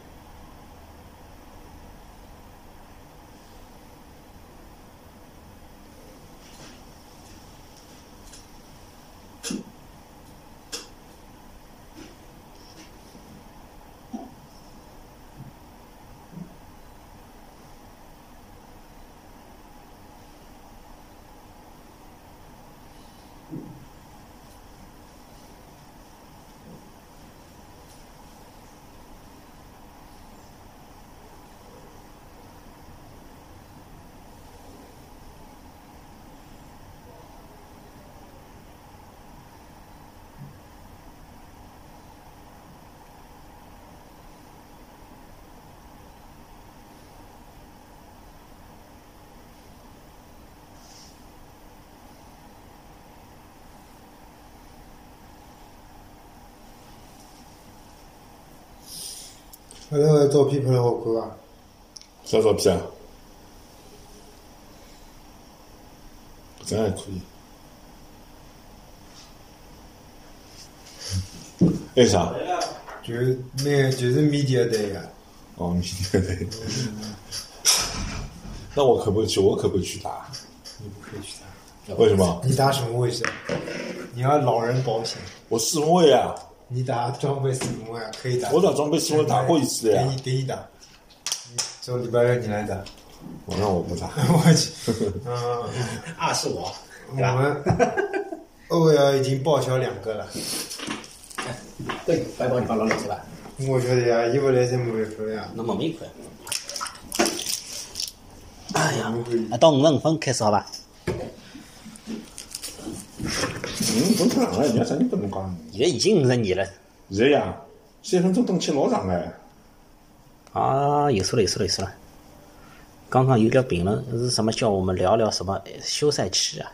阿拉个照片拍了好看伐？啥照片啊？搿张还可以。 还有啥？就是那个就是 media day 啊呀、哦，你 对对。那我可不可以去？我可不可以去打？你不可以去打。为什么？你打什么位置？啊你要老人保险，我四分卫啊，你打装备什么呀？可以打。我打装备四分卫打过一次的呀给。你给你打，你这礼拜六你来打。 我让我不打。 我去， 嗯，二啊是我，我们 OL 已经报销两个了。对，白帮你帮老老师吧。我晓得呀，伊勿来三没办法呀。那么没块。哎呀嗯，哎啊，到五十五分开始好吧？人本土人个，人家啥人都能讲。现在已经五十年了现在呀，三分钟等起老长哎。啊，有说了有说了有说了。刚刚有条评论是什么叫我们聊聊什么休赛期啊？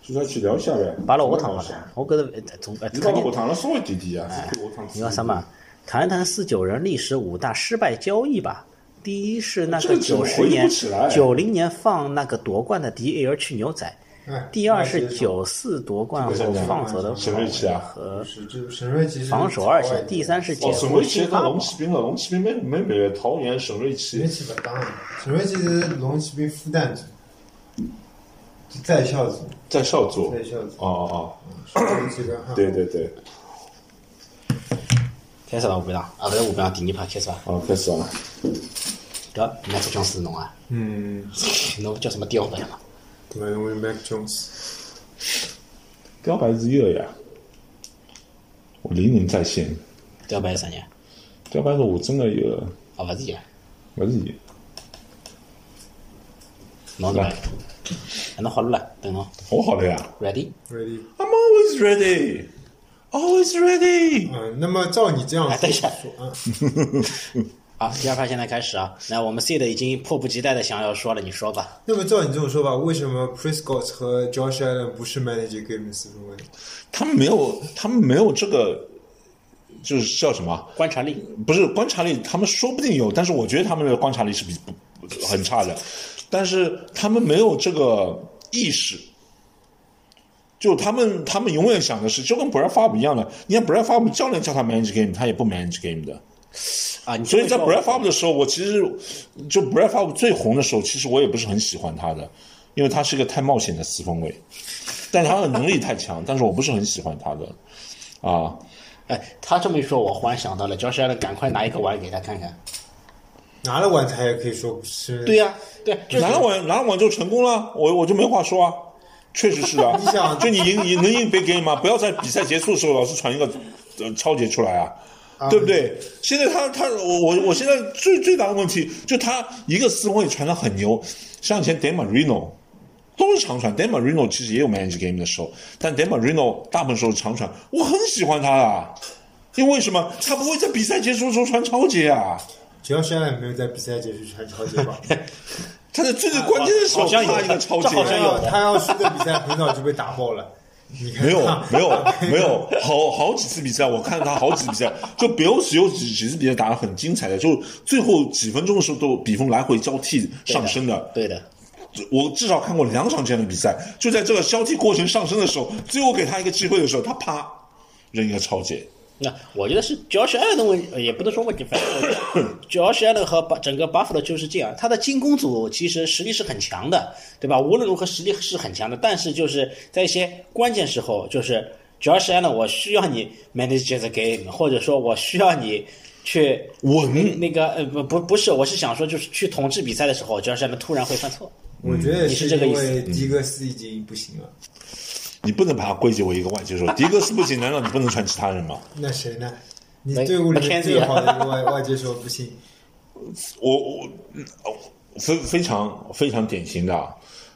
就要去聊一下呗。摆了下趟好了，我觉着呃总呃啊你看讲见下趟了稍微点点哎啊，只看下趟。你要什么？谈谈四九人历史五大失败交易吧。第一是那个这九个十回忆年不起来、九零年放那个夺冠的迪埃尔去牛仔哎，第二是那是九四夺冠这后个是放走的沈瑞奇啊？和是这沈瑞奇是嗯防守二超爱线，的第三是解哦，沈除瑞奇新跟法龙宝。骑兵了，啊龙骑兵没没没桃园沈瑞沈奇瑞。奇不当然，沈瑞奇是龙骑兵复旦组，就在 校组，在校组。在校哦组哦沈瑞奇跟哦，汉对对对，开始了，五百场，啊，不是五百场，第二盘开始吧？好开始啊！搿你出僵尸侬啊？ 嗯，侬叫什么雕版嘛？对吧？因为 Mac Jones 标牌是一个呀，我零零在线，雕版是啥人？标牌是我真的一个，啊，勿是伊啊，不是伊，侬是吧？侬好了啦，等侬好好的呀。 ready。 ready。 I'm always ready, always ready。嗯，那么照你这样哎，等一下，说，嗯，好，第二盘现在开始啊。那我们 seed 已经迫不及待的想要说了，你说吧。那么照你这种说法，为什么 Prescott 和 Josh Allen 不是 Manage Game 的四分卫？他们没有，他们没有这个，就是叫什么？观察力，不是观察力，他们说不定有，但是我觉得他们的观察力是比不不很差的，但是他们没有这个意识。就他们，他们永远想的是，就跟 b r a f a b 一样的。你看 b r a f a b 教练叫他 manage game，他也不 manage game 的。啊，你所以在 b r a f a b 方的时候，我其实就 b r a f a b 最红的时候，其实我也不是很喜欢他的，因为他是一个太冒险的四分卫，但他的能力太强，但是我不是很喜欢他的。啊，哎，他这么一说，我忽然想到了，教学的赶快拿一个碗给他看看。拿了碗他也可以说不是。对呀、啊对，就是拿了碗拿了碗就成功了，我我就没话说啊。确实是的， 你想就你赢你能赢 big game 吗？不要在比赛结束的时候老是传一个呃超节出来啊。对不对？现在他他我我我现在最最大的问题就他一个四分卫传的很牛，像以前 Dan Marino 都是长传，Dan Marino 其实也有 manage game 的时候，但 Dan Marino 大部分时候是长传，我很喜欢他啊，因为什么？他不会在比赛结束的时候传超节啊， ，Josh Allen 没有在比赛结束传超级 棒。他在最最关键的时候好像有发一个超节，啊这好像有他要输的比赛很早就被打爆了。你看没有没有没有，好好几次比赛，我看了他好几次比赛，就 Bills 有几几次比赛打得很精彩的，就最后几分钟的时候都比分来回交替上升的。对的，我至少看过两场这样的比赛，就在这个交替过程上升的时候，最后给他一个机会的时候，他啪扔一个超节。那我觉得是 Josh Allen 的问题，呃也不能说问题，反正 Josh Allen 和巴整个 Buffalo 就是这样，他的进攻组其实实力是很强的，对吧？无论如何实力是很强的，但是就是在一些关键时候，就是 Josh Allen，我需要你 manage the game，或者说我需要你去稳那个呃不不不是，我是想说就是去统治比赛的时候，Josh Allen 突然会犯错。我觉得也嗯你是这个因意思嗯为迪格斯已经不行了，你不能把它归结为一个外接手，迪格斯不行，难道你不能传其他人吗？那谁呢？你没队伍里面 McKenzie 最好的一个外外接手不行，我我嗯哦非非常非常典型的啊，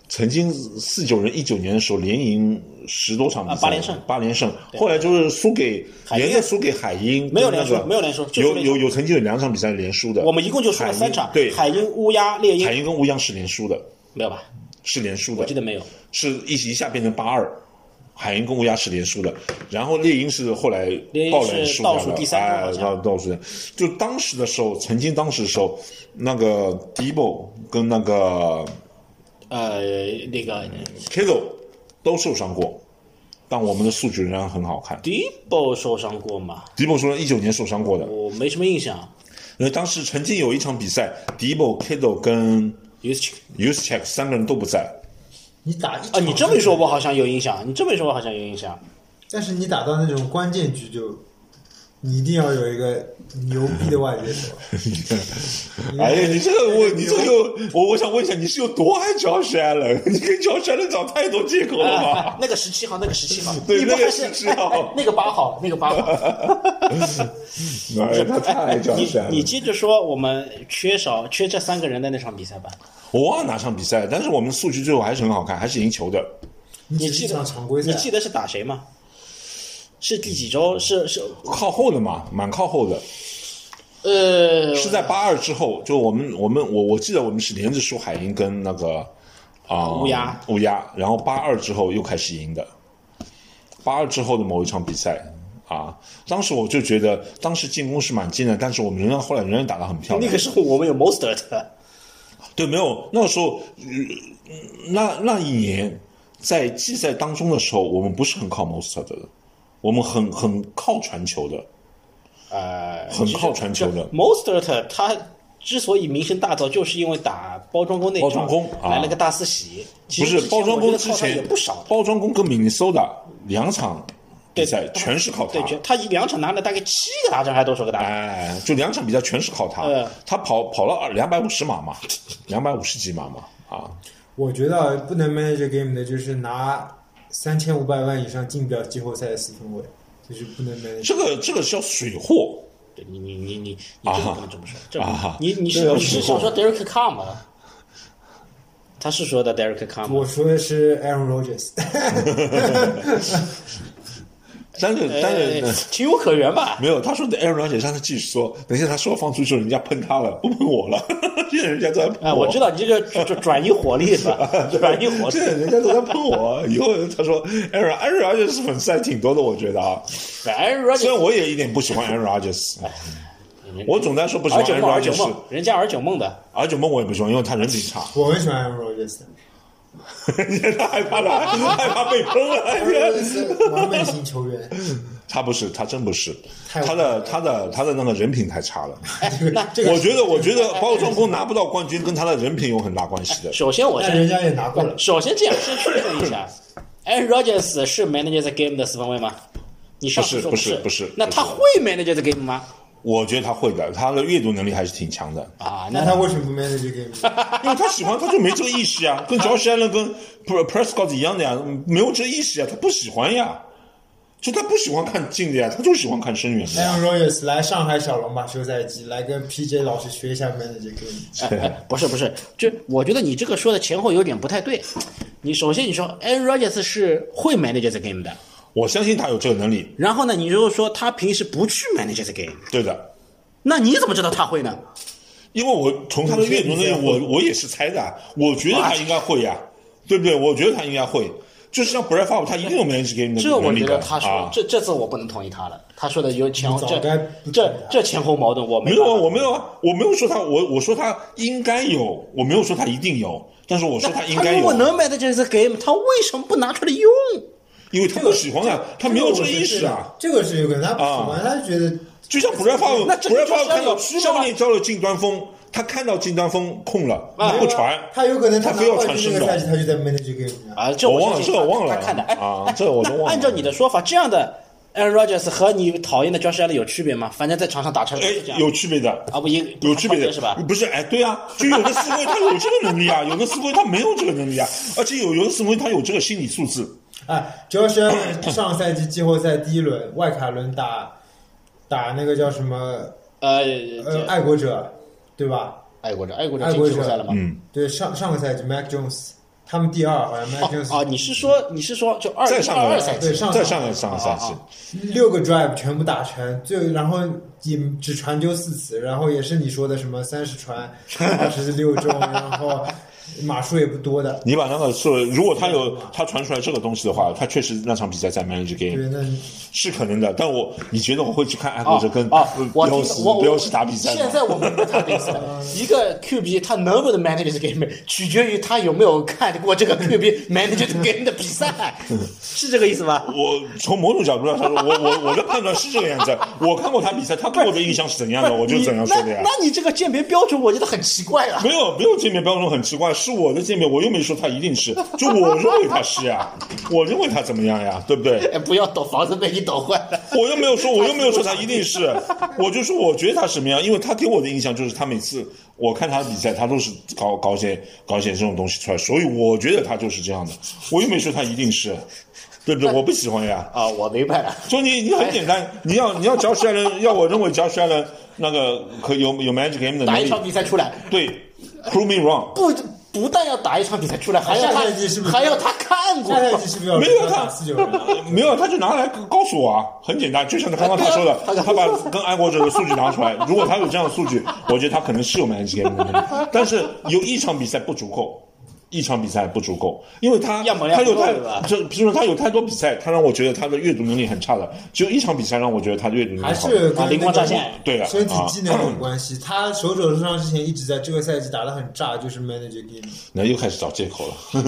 曾经四九人一九年的时候连赢十多场比赛，啊八连胜八连胜，后来就是输给海鹰连着输给海鹰，没有连跟那个输没有连输就输有了一有场有曾经有两场比赛连输的，我们一共就输了海鹰三场，对，海鹰、乌鸦、猎海鹰，鹰跟乌鸦是连输的，没有吧？是连输的，我记得没有。是一一下变成八二。海鹰跟乌鸦是连输的，然后猎鹰是后来猎鹰爆冷是输掉倒的，数第三哎好，像倒倒数第三。就当时的时候，曾经当时的时候，那个 Debo 跟那个呃，那个嗯 Kittle 都受伤过，但我们的数据仍然很好看。 Debo 受伤过吗？ Debo 说一九年受伤过的，我没什么印象。因为当时曾经有一场比赛，Debo、Kittle 跟 u s c u s c h e k 三个人都不在，你打一啊，场你这么一说，我好像有印象。你这么一说，我好像有印 象。但是你打到那种关键局就，你一定要有一个牛逼的外接手。 哎呀，你这个我，你这个有我，我想问一下，你是有多爱 Josh Allen？你 跟 Josh Allen 找太多借口了哎吧？那个十七号，那个十七号， 对你不那个还是17号哎哎那个八号，那个 八号。 哎，他太爱你 Josh Allen 你接着说，我们缺少缺这三个人的那场比赛吧。我忘了哪场比赛，但是我们数据最后还是很好看，还是赢球的。你你只是记一得场常规赛，你记得是打谁吗？是第几周？是是靠后的嘛，蛮靠后的，呃，是在八二之后，就我们我们我我记得我们是连着输海鹰跟那个啊、乌鸦乌鸦，然后八二之后又开始赢的，八二之后的某一场比赛啊，当时我就觉得当时进攻是蛮近的，但是我们仍然后来仍然打得很漂亮那。个时候我们有 Mostert，对，没有那个时候，呃那那一年在季赛当中的时候，我们不是很靠 Most 的，我们很很靠传球的，呃，很靠传球的。 Mostert 他之所以名声大噪，就是因为打包装工那场包装工啊来了个大四喜。其不实是包装工之我觉得靠他前也不少的，包装工跟 Minnesota 两场比赛对全是靠他对，，全他一两场拿了大概七个大战，还是多少个大战？哎，就两场比赛全是靠他呃，他跑跑了两百五十码嘛，两百五十几码嘛，啊，我觉得啊不能 manage game 的，就是拿三千五百万以上进不了季后赛的四分卫，就是不能 manage。这个这个叫水货，对你你你你你这个不能这么说，这个啊你你这是个你是时候想说 Derek Carr 吗？他是说的 Derek Carr 我吗？说的是 Aaron Rodgers， 但是但是。呃情有可原吧？没有，他说的 Aaron 了解，他是继续说，等一下他说放出去，人家喷他了，不喷我了， 现在人家都在喷哎，我知道你这个就就转移火力是 吧？转移火力现。在人家都在喷我。以后他说 Aaron Aaron 而且是粉丝还挺多的，我觉得啊，哎，而且虽然我也一点不喜欢 Aaron Rodgers，我总的来说不喜而欢九 Aaron 梦，而九 Rodgers，梦，人家而九梦的，而且梦我也不喜欢，因为他人品差， 我很喜欢 Aaron Rodgers，他害怕 了，害怕被喷了。的完美型球员。他不是，他真不是，太他的他的他的那个人品太差了。哎那这个我觉得我觉得包装工拿不到冠军跟他的人品有很大关系的。首先我那先人家也拿过了，首先这样先确认一 下，Aaron Rodgers 是 Manager the Game 的四分卫吗？你上次说不是是不是不是那不是他会 Manager the Game 吗？我觉得他会的，他的阅读能力还是挺强的。啊，那那他为什么不 manage game？因为他喜欢，他就没这个意识 呀，跟 Josh Allen 跟 Pre- Prescott 一样的呀，没有这个意识啊呀，他不喜欢呀，就他不喜欢看近的呀，他就喜欢看深远的呀。 Aaron Rodgers 来上海小龙吧休赛季，来跟 PJ 老师学一下 manage game。哎哎不是不是，就我觉得你这个说的前后有点不太对。你首先你说 Aaron Rodgers 是会 Manager the Game 的， 我相信他有这个能力，然后呢，你又说他平时不去 Manager the Game，对的，那你怎么知道他会呢？因为我从他的阅读能力，我我也是猜的啊，我觉得他应该会呀，对不对？我觉得他应该会，就是像 Brad Favre，他一定有 manage game 的这我能力觉的得他说、啊。这这次我不能同意他了，他说的有前后你这早该不这同意他这前后矛盾，我没没有啊，办法我没有啊，我没有说他，我我说他应该有，我没有说他一定有，但是我说那他应该有。如果能买的这是 game，他为什么不拿出来用？因为他不喜欢啊，他没有这个意识啊。这个是有可能，他不喜啊欢，他觉得就像普莱法那这个普莱就是法要看到有苏是吧曼尼交了近端锋，他看到近端锋空了，啊他不传，他有可能他拿非要冠传军深那个赛的季，。他就在 manage game 上。啊，这我忘了相信这个我忘了他看的。哎，啊哎这个我都那忘了按照你的说法，这样的 Aaron Rodgers 和你讨厌的 Josh Allen 有区别吗？反正在场上打成哎是这，样有区别的啊不一有区别的是吧不是，哎，对啊，就有的思维他有这个能 力啊，有的思维他没有这个能力啊，而且有有的思维他有这个心理素质。哎，Josh Allen 上赛季季后赛第一轮外卡轮打打那个叫什么呃，呃这爱国者，对吧？爱国者，爱国者爱进国季后者赛了吗？嗯，对，上上个赛季 Mac Jones 他们第二，好像 Mac 哦， Jones 你是说你是说就二再二上个二赛季对上再上个上个赛季，六个 drive 全部打成，最然后也只传丢四次，然后也是你说的什么三 十传二十六中，然后码数也不多的。你把那个说，如果他有他传出来这个东西的话，他确实那场比赛在 manage 对， game 那是可能的。但我你觉得我会去看爱国者跟哦，我标听识我啊我标识打比赛吗？现在我明白他的 意思了。一个 QB 他能不能 manage the game，取决于他有没有看过这个 QB manage the game 的比赛，嗯是这个意思吧？我从某种角度上说，我我我的判断是这个样子。我看过他比赛，他给我的印象是怎样 的，我就怎样说的呀那。那你这个鉴别标准，我觉得很奇怪啊了 没。有没有鉴别标准很奇怪，是我的鉴别，我又没说他一定是，就我认为他是呀， 我认为他怎么样呀，对不对？ 哎，不要抖房子被你抖坏了。我又 没有说，我又没有说他一定是， 我就说我觉得他什么样，因为他给我的印象就是他每次我看他的比赛，他都是搞搞些搞些这种东西出来，所以我觉得他就是这样的，我又没说他一定是，对不对？我不喜欢呀。啊，我明白了。所以你你很简单，你要你要脚摔人，要我认为脚摔人那个可有有 magic game 的打能一力场，比赛出来，对，prove me wrong，不不但要打一场比赛出来，还要啊下他赛季是不是还要他看过下。赛季是不是要没有打他四九人？啊没有，他就拿来告诉我啊，很简单，就像他刚刚他说的，哎啊他把跟爱国者的数据拿出来，如果他有这样的数据，我觉得他可能是有 manage game 的能力，但是有一场比赛不足够。一场比赛不足够，因为他样本量他有不够太对吧就比如说他有太多比赛，他让我觉得他的阅读能力很差的，只有一场比赛让我觉得他的阅读能力好还是啊跟灵光乍现对啊身体技能有关系。他手肘受伤之前一直在这个赛季打得很炸，就是 manager game，那又开始找借口了，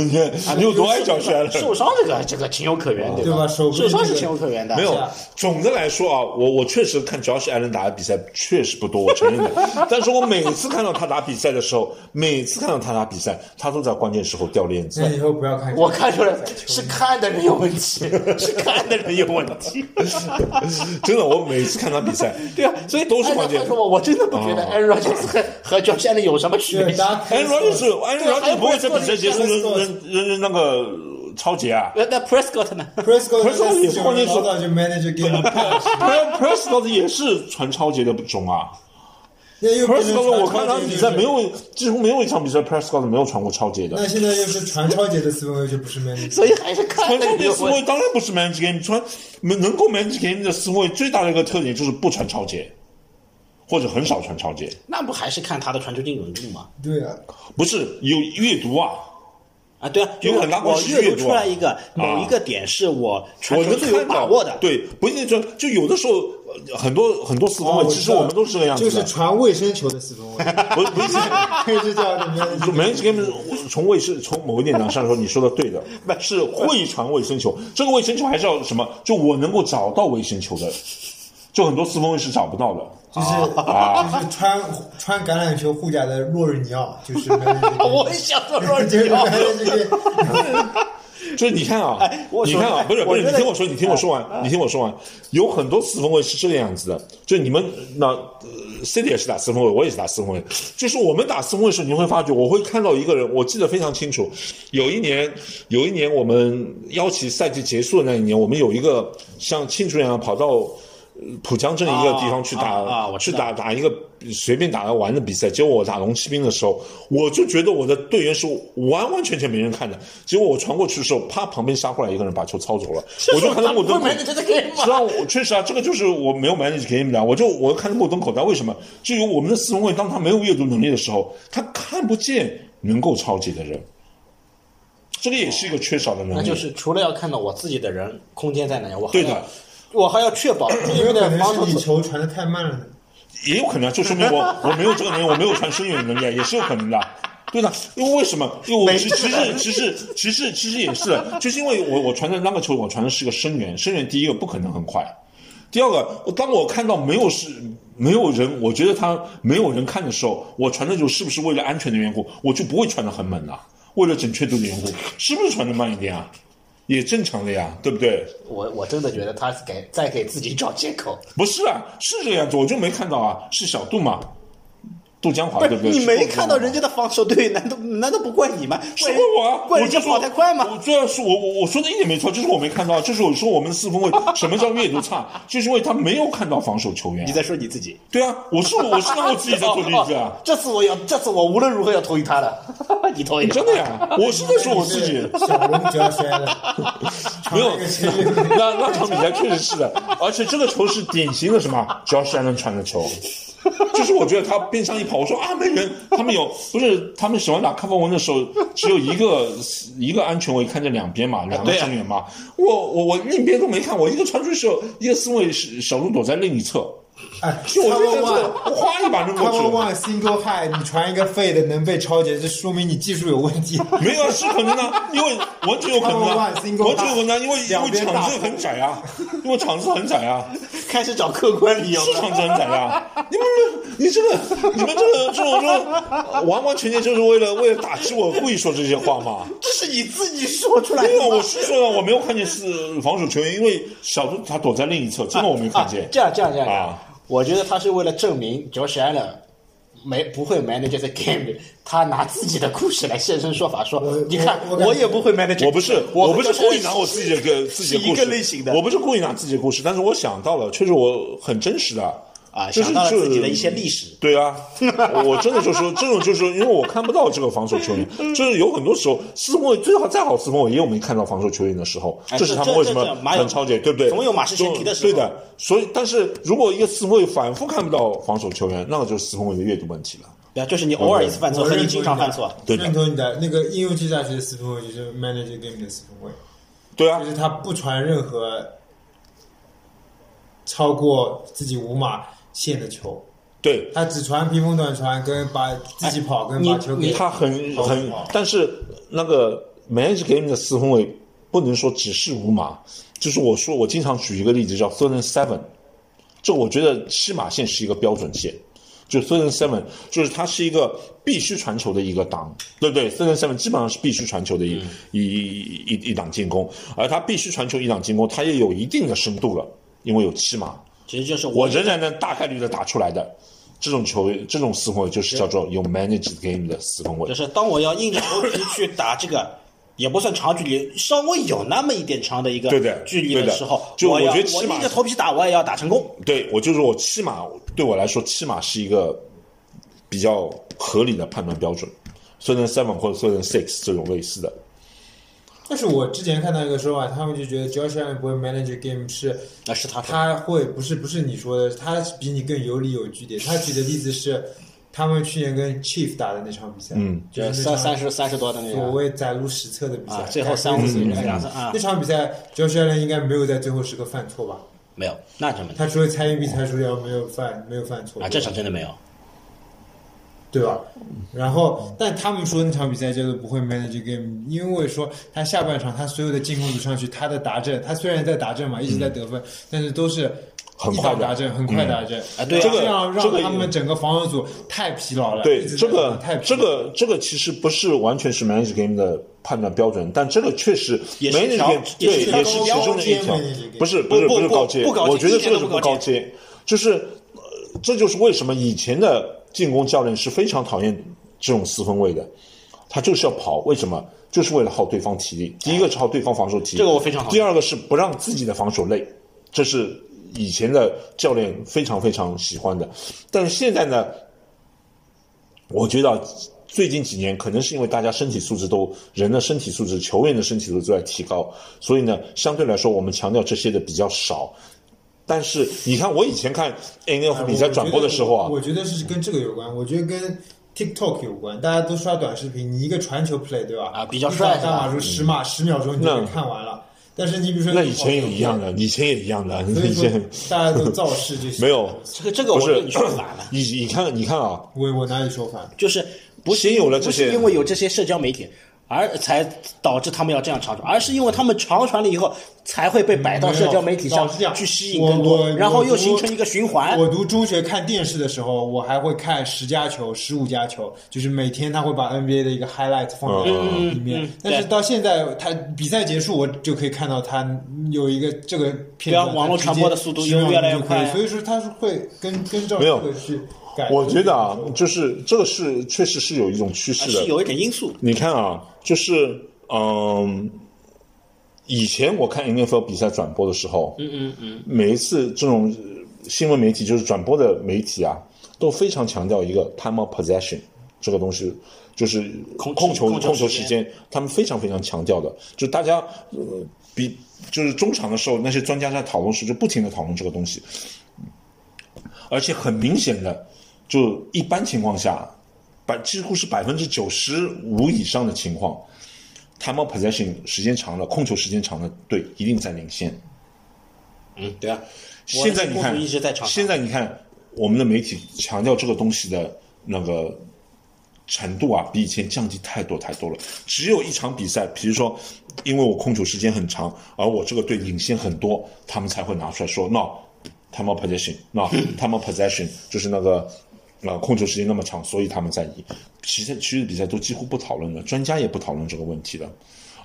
啊你有多爱脚摔了？受伤这个这个情有可原，对对吧手受不是伤是这个情有可原的，没是有啊，总的来说啊，我我确实看 Josh Allen 打的比赛确实不多，我承认 的。但是我每次看到他打比赛的时候，每次看到他打比赛，他都在关键时候掉链子嗯 那。以后不要看。我看出来是看的人有 问题，是看的人有问题。 真的，我每次看他比赛，对啊，所以都是关键按照话说我真的不觉得 Aaron Rodgers 和和 Josh Allen 有什么区哦对别。大家安看哎罗就是安哎对啊还罗就有不会在比赛 Prescott，结束扔 Prescott 扔扔扔那个呃超节啊。那那 Prescott 呢？ Prescott 不是在也四是九关人键是老早就 manager game， Pre- Prescott 也是传超节的中啊。那又变成 Prescott 我看他传超节比赛就是没有，几乎没有一场比赛 Prescott 没有传过超节的。那现在又是传超节的思维，就不是 manager。所以还是看传的超人节有思问维题。当然不是 manage game，传能够 manage game 的思维最大的一个特点就是不传超节，或者很少传超节，那不还是看他的传球精准度吗？对啊，不是有阅读啊，啊，对啊，有就是很大关我系阅阅读读出啊来一个某一个点是我传我球能最有看把到握的，对，不一定就就有的时候呃很多很多四分卫，哦其实我们都是这个样子哦就是的，传卫生球的四分卫，不不是。这就叫就 manager game。 manage game 从卫生从某一点上说，你说的对的，是会传卫生球。这个卫生球还是要什么？就我能够找到卫生球的，就很多四分卫是找不到的。就是哦就是穿穿橄榄球护甲的洛日尼奥，就 是 manager 啊 game。我也想说说就是你啊。 manager game。就是你看啊哎我，你说看啊哎，不是不我是，觉你得哎听我说，你听我说完，你听我说完，有很多四分卫是这个样子的，就你们那呃 City 也是打四分卫，我也是打四分卫，就是我们打四分卫的时候，你会发觉我会看到一个人，我记得非常清楚，有一年有一年我们邀请赛季结束的那一年，我们有一个像庆祝一样跑到。呃浦江镇一个地方去打啊啊啊我知去道打打一个随便打玩的比赛，结果我打龙骑兵的时候，我就觉得我的队员是完完全全没人看的。结果我传过去的时候，啪，旁边杀过来一个人把球操走了，我就看到目不瞪是口没你呆。这个 game 实际吗？上，我确实啊，这个就是我没有 manage game 的，我就我看目瞪口呆。为什么？就有我们的四分卫，当他没有阅读能力的时候，他看不见能够超级的人，这个也是一个缺少的能力。那就是除了要看到我自己的人空间在哪里，我还对的要，我还要确保对有面可的防能守是你组球传的太慢了呢。也有可能啊，就说明我我没有这个能力，我没有传深远能力，啊，也是有可能的。对的，因为为什么？因为我其其实其实其实其实也是的，就是因为我我传的那个球，我传的是个深远，深远第一个不可能很快，第二个，我当我看到没有是没有人，我觉得他没有人看的时候，我传的球是不是为了安全的缘故，我就不会传的很猛了、为了准确度的缘故，是不是传的慢一点啊？也正常的呀，对不对？我我真的觉得他是给在给自己找借口。不是啊，是这个样子，我就没看到啊，是小杜嘛，杜江华对不对？你是没杜江华看到人家的防守队，难道难道不怪你吗？是问我啊，怪我人家就跑说太快吗？我主要是我我我说的一点没错，就是我没看到，就是我说我们的四分卫什么叫阅读差， 就是因为他没有看到防守球员你。在说你自己？，对啊，我是我是拿我自己在做例子啊 这次我要，这次我无论如何要同意他的， 你同意？真的呀，我是在说我自 己。小龙只要 摔了，没有，传那个球那 那那场比赛确实是的，而且这个球是典型的什么 j o s h Allen 传的球，就是我觉得他边上一跑，我说啊没人，他们有不是他们喜欢打开放文的时候，只有一个一个安全围看着两边嘛，两个对啊成员嘛，我我我另一边都没看，我一个传出去的时候，一个四位小鹿躲在另一侧，哎，就我就在 one 这哗一把扔 c 过去 o v e r 了。 one single high，你传一个 fade 能被超节，这说明你技术有问 题。没有啊，是可能的，因为完全有可能的， Cover one, single 完全有可能的，因为因两为边大场子很窄啊，因为场子很窄啊。开始找客观理由市场真窄呀！你们你这个你们这个这种说，完完全全就是为了为了打击我，故意说这些话吗？这是你自己说出来的没吗。有，我是说了，我没有看见是防守球员，因为小杜他躲在另一侧，真的我没看见。啊这样这样这样这样啊，我觉得他是为了证明 Josh Allen 没不会 manage the game，他拿自己的故事来现身说法，说我你看我我感觉也不会 manage，我不是，我我不是故意拿我己。自己的个自己的是一故个事类型的我不是故意拿自己的故事，但是我想到了，确实我很真实的，啊，就是想到了就自己的一些历史。对啊，我真的就说这种就是说因为我看不到这个防守球员，就是有很多时候四分卫最好再好四分卫也有没看到防守球员的时候，哎是这他们为什么这这马有很超解，对不对？总有马失前蹄的时候对的，所以但是如果一个四分卫反复看不到防守球员，那个就是四分卫的阅读问题了。对啊，就是你偶尔一次犯错我和你认同经常犯错，对的认同你的那个应用技大学的四分卫就是 manager game 的四分卫，对啊就，是他不传任何超过自己五码线的球，对，他只传屏风短传跟把自己跑跟你把球给他很跑很跑，但是那个 manage game 的四分卫不能说只是五码，就是我说我经常举一个例子叫 third and seven，这我觉得七码线是一个标准线。就 third and seven，就是它是一个必须传球的一个档，对不对？third and seven 基本上是必须传球的一、一一一一档进攻，而它必须传球一档进攻，它也有一定的深度了，因为有七码，其实就是我我仍然能大概率的打出来的。这种球，这种四分卫就是叫做有 manage game 的四分卫就。是当我要硬着头皮去打这个，也不算长距离，稍微有那么一点长的一个对的距离对的时候，就我我要觉得起码硬着头皮打，我也要打成功。对我就是我起码对我来说，起码是一个比较合理的判断标准。虽然 seven 或者虽然 six 这种类似的，但是我之前看到一个说法，他们就觉得 Josh Allen 不会 manage game 是啊那是他说的他会不是不是你说的，他比你更有理有据点。他举的例子是他们去年跟 Chief 打的那场比赛，嗯，就就是是三那三场十三十多的那所个谓载入史册的比赛啊，，最后三五四那两场三啊那，场比赛 Josh Allen 应该没有在最后时刻犯错吧？没有，那真没有他除了参与比赛输掉，没有犯没有犯错啊，这场真的没有。对吧？然后，但他们说那场比赛叫做不会 manage game，因为说他下半场他所有的进攻组上去，他的达阵，他虽然在达阵嘛，一直在得嗯分，但是都是很一快的档达阵，很快达阵。嗯啊对啊这这个样这个让他们整个防守组太疲劳了。对一直在这个太疲这劳了个这个其实不是完全是 manage game 的判断标准，但这个确实也是 manage 条 game 也是对条也是其中的一高条阶 manage game，不是是不不不是高阶，不高阶我觉得一这个是点都不高高阶，就是、呃这就是为什么以前的进攻教练是非常讨厌这种四分卫的，他就是要跑，为什么？就是为了耗对方体力。第一个是耗对方防守体力，这个我非常同意第二个是不让自己的防守累，这是以前的教练非常非常喜欢的。但是现在呢，我觉得啊最近几年可能是因为大家身体素质都人的身体素质、球员的身体素质都在提高，所以呢，相对来说我们强调这些的比较少。但是你看，我以前看 N F 比赛转播的时候啊，哎我觉得是跟这个有关，我觉得跟 TikTok 有关，大家都刷短视频，你一个传球 play 对吧？啊比较帅一打马术十码十秒钟你就那给看完了，但是你比如说那你以前也一样的，以前也一样的，跑以步，所以说前 大家都造势就行。没 有，这个这个不我是跟 你说反了，你你看你看啊，我我哪里说反？就是不是先有了这些不是因为有这些社交媒体，而才导致他们要这样长传，而是因为他们长传了以后，才会被摆到社交媒体上没有导致这样去吸引更多我我，然后我又形成一个循环我。读中学看电视的时候，我还会看十佳球、十五佳球，就是每天他会把 NBA 的一个 highlight 放到嗯里面。嗯嗯但是对到现在，他比赛结束，我就可以看到他有一个这个片对啊段，网络传播的速度又越来越快啊所以说他是会跟跟照没这有个去改。我觉得啊，就是这个是确实是有一种趋势的，啊是有一点因素，你看啊，就是嗯，以前我看 NFL 比赛转播的时候，嗯嗯嗯，每一次这种呃新闻媒体就是转播的媒体啊，都非常强调一个 time of possession 这个东西，就是控控球控球控球时时间间，他们非常非常强调的，就大家呃比就是中场的时候，那些专家在讨论时就不停的讨论这个东西，而且很明显的，就一般情况下，百几乎是百分之九十五以上的情况，time of possession 时间长了，控球时间长了，对，一定在领先。嗯，对啊。我现在你我看一直在，长传现在你看我们的媒体强调这个东西的那个程度啊，比以前降低太多太多了。只有一场比赛，比如说，因为我控球时间很长，而我这个队领先很多，他们才会拿出来说，no time of possession，那 time of possession 就是那个。啊、控球时间那么长，所以他们在赢。其实其实比赛都几乎不讨论了，专家也不讨论这个问题了。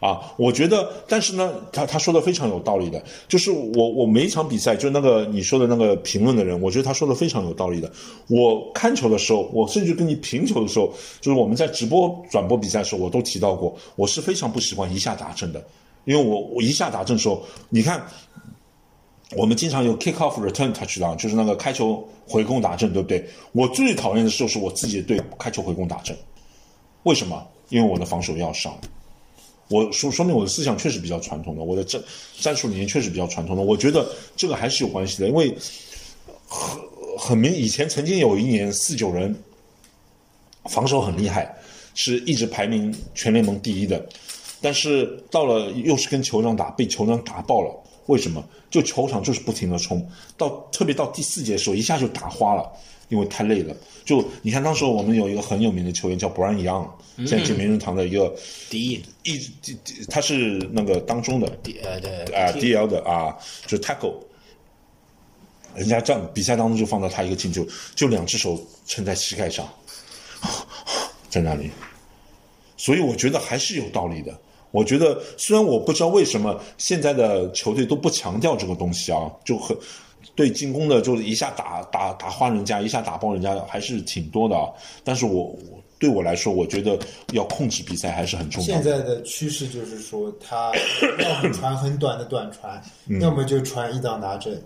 啊，我觉得，但是呢，他他说的非常有道理的，就是我我每一场比赛，就那个你说的那个评论的人，我觉得他说的非常有道理的。我看球的时候，我甚至跟你评球的时候，就是我们在直播转播比赛的时候，我都提到过，我是非常不喜欢一下达阵的，因为我我一下达阵的时候，你看我们经常有 kick off return touchdown，就是那个开球回攻打正，对不对？我最讨厌的就是我自己的队开球回攻打正，为什么？因为我的防守要上，我说说明我的思想确实比较传统的，我的战战术理念确实比较传统的。我觉得这个还是有关系的，因为很很明以前曾经有一年四九人防守很厉害，是一直排名全联盟第一的，但是到了又是跟酋长打，被酋长打爆了。为什么？就球场就是不停的冲，到特别到第四节的时候，一下就打花了，因为太累了。就你看，当时我们有一个很有名的球员叫 Brian Young，现在进名人堂的一个第一，一第第他是那个当中的第呃对啊、第 DL 的啊，就是 tackle，人家这样比赛当中就放到他一个进球，就两只手撑在膝盖上，在那里，所以我觉得还是有道理的。我觉得虽然我不知道为什么现在的球队都不强调这个东西啊，就很对进攻的就一下打打打花人家，一下打爆人家还是挺多的啊。但是我我对我来说，我觉得要控制比赛还是很重要现的。在的趋势就是说，他要么传很短的短传，嗯要么就传一档拿针，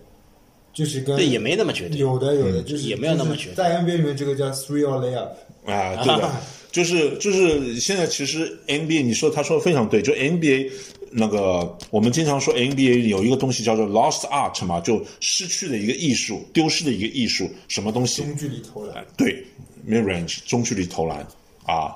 就是跟对也没那么绝对，嗯有的有的就是也没有那么绝对就是在 NBA 里面，这个叫 three or layup，啊，对的，就是就是现在其实 NBA 你说他说的非常对，就 NBA 那个我们经常说 NBA 有一个东西叫做 lost art 嘛，就失去的一个艺术，丢失的一个艺术，什么东西？中距离投篮。对 mid range 中距离投篮啊，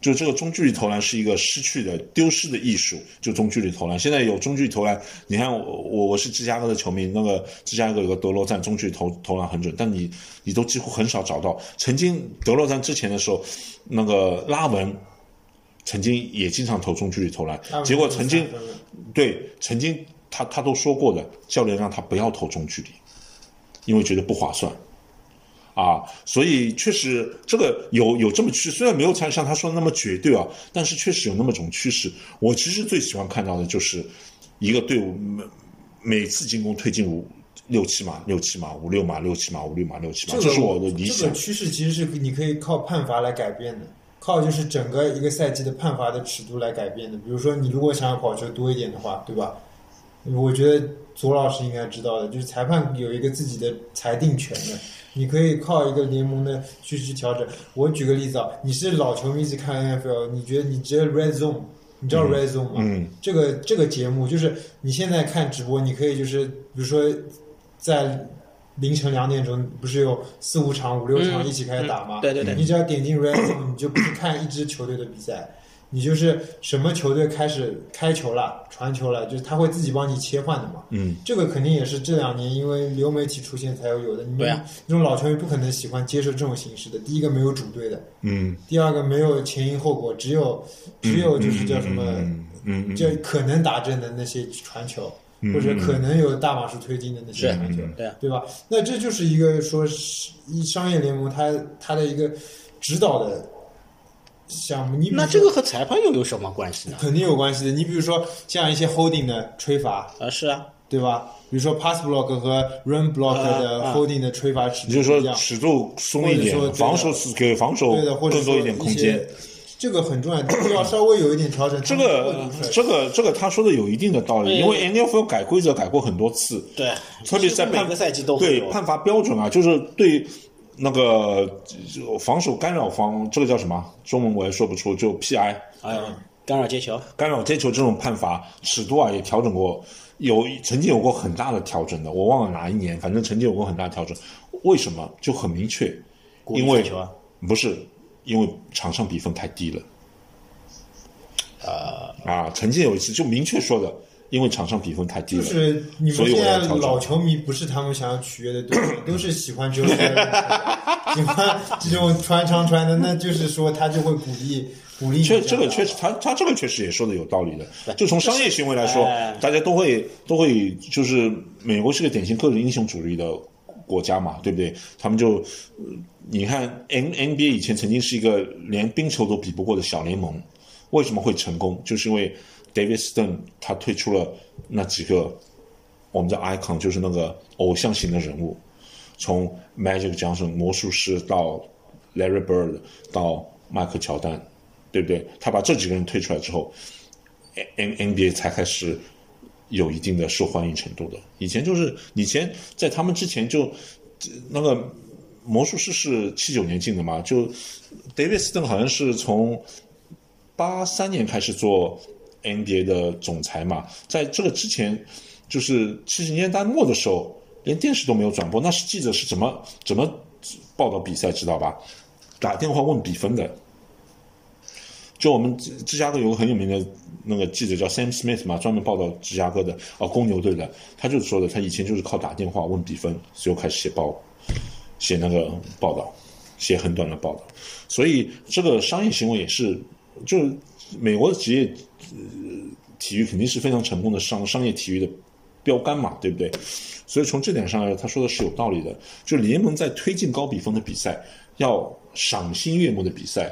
就这个中距离投篮是一个失去的、丢失的艺术，就中距离投篮。现在有中距离投篮，你看我我我是芝加哥的球迷，那个芝加哥有个德罗赞中距离投投篮很准，但你你都几乎很少找到。曾经德罗赞之前的时候，那个拉文。曾经也经常投中距离投篮拉，文结果投曾经三分了对曾经他他都说过的，教练让他不要投中距离，因为觉得不划算。啊，所以确实这个有有这么趋势，虽然没有像像他说的那么绝对啊，但是确实有那么种趋势。我其实最喜欢看到的就是一个队伍每每次进攻推进五六七码、六七码、五六码、六七码、五六码、六七码，这这个是我的理这想个。趋势其实是你可以靠判罚来改变的，靠就是整个一个赛季的判罚的尺度来改变的。比如说，你如果想要跑球多一点的话，对吧？我觉得左老师应该知道的，就是裁判有一个自己的裁定权的，你可以靠一个联盟的去去调整。我举个例子啊，你是老球迷，一直看 NFL，你觉得你直接 Red Zone，你知道 Red Zone 吗？嗯这个这个节目就是你现在看直播，你可以就是比如说在凌晨两点钟，不是有四五场、五六场嗯一起开始打嗯吗？对对对你只要点进 Red Zone，你就不是看一支球队的比赛，你就是什么球队开始开球了、传球了，就是他会自己帮你切换的嘛。嗯，这个肯定也是这两年因为流媒体出现才有有的。你对啊这种老球迷不可能喜欢接受这种形式的。第一个没有主队的，嗯第二个没有前因后果，只有嗯只有就是叫什么，嗯嗯嗯，就可能打正的那些传球，或者可能有大码数推进的那些嗯是传球，对啊对吧？那这就是一个说是一商业联盟它它的一个指导的项目。你比如那说这个和裁判又有什么关系呢？肯定有关系的。你比如说像一些 holding 的吹罚，啊，是啊，对吧？比如说 pass block 和 run block 的啊啊 holding 的吹罚尺也就度是不一说样。尺度松一或者说点，对防守是给防守对的，或者更多说一点空间。些。这个很重要，这个要稍微有一点调整。这他们个做得出来这个这个他说的有一定的道理，对因为 NFL 改规则改过很多次，对特别是在其实美每个赛季都会对有判罚标准啊，就是对那个呃防守干扰方，这个叫什么？中文我也说不出，就 PI 哎呦，干扰接球，干扰接球这种判罚尺度啊，也调整过，有曾经有过很大的调整的，我忘了哪一年，反正曾经有过很大的调整。为什么？就很明确，鼓因励为球啊，不是因为场上比分太低了。啊，曾经有一次就明确说的，因为场上比分太低就了，是你们所以现我在要调整老球迷不是他们想要取悦的对 手，都是喜欢这种 喜欢这种穿长穿的，那就是说他就会鼓励鼓励你确样这个打确实，他他这个确实也说的有道理的。就从商业行为来说哎，大家都会都会，就是美国是个典型个人英雄主义的国家嘛，对不对？他们就，呃你看 N NBA 以前曾经是一个连冰球都比不过的小联盟，为什么会成功？就是因为 David Stern 他推出了那几个我们的 icon，就是那个偶像型的人物，从 Magic Johnson 魔术师到 Larry Bird 到迈克乔丹，对不对？他把这几个人推出来之后，N N B A 才开始有一定的受欢迎程度的。以前就是以前在他们之前就那个魔术师是七九年进的嘛，就 David Stern 好像是从八三年开始做 NBA 的总裁嘛，在这个之前就是七十年代末的时候，连电视都没有转播，那是记者是怎么怎么报道比赛知道吧？打电话问比分的。就我们芝芝加哥有个很有名的那个记者叫 Sam Smith 嘛，专门报道芝加哥的哦公牛队的，他就说的，他以前就是靠打电话问比分，就开始写报，写那个报道，写很短的报道，所以这个商业行为也是，就是美国的职业、呃、体育肯定是非常成功的商商业体育的标杆嘛，对不对？所以从这点上来说，他说的是有道理的，就联盟在推进高比分的比赛，要赏心悦目的比赛。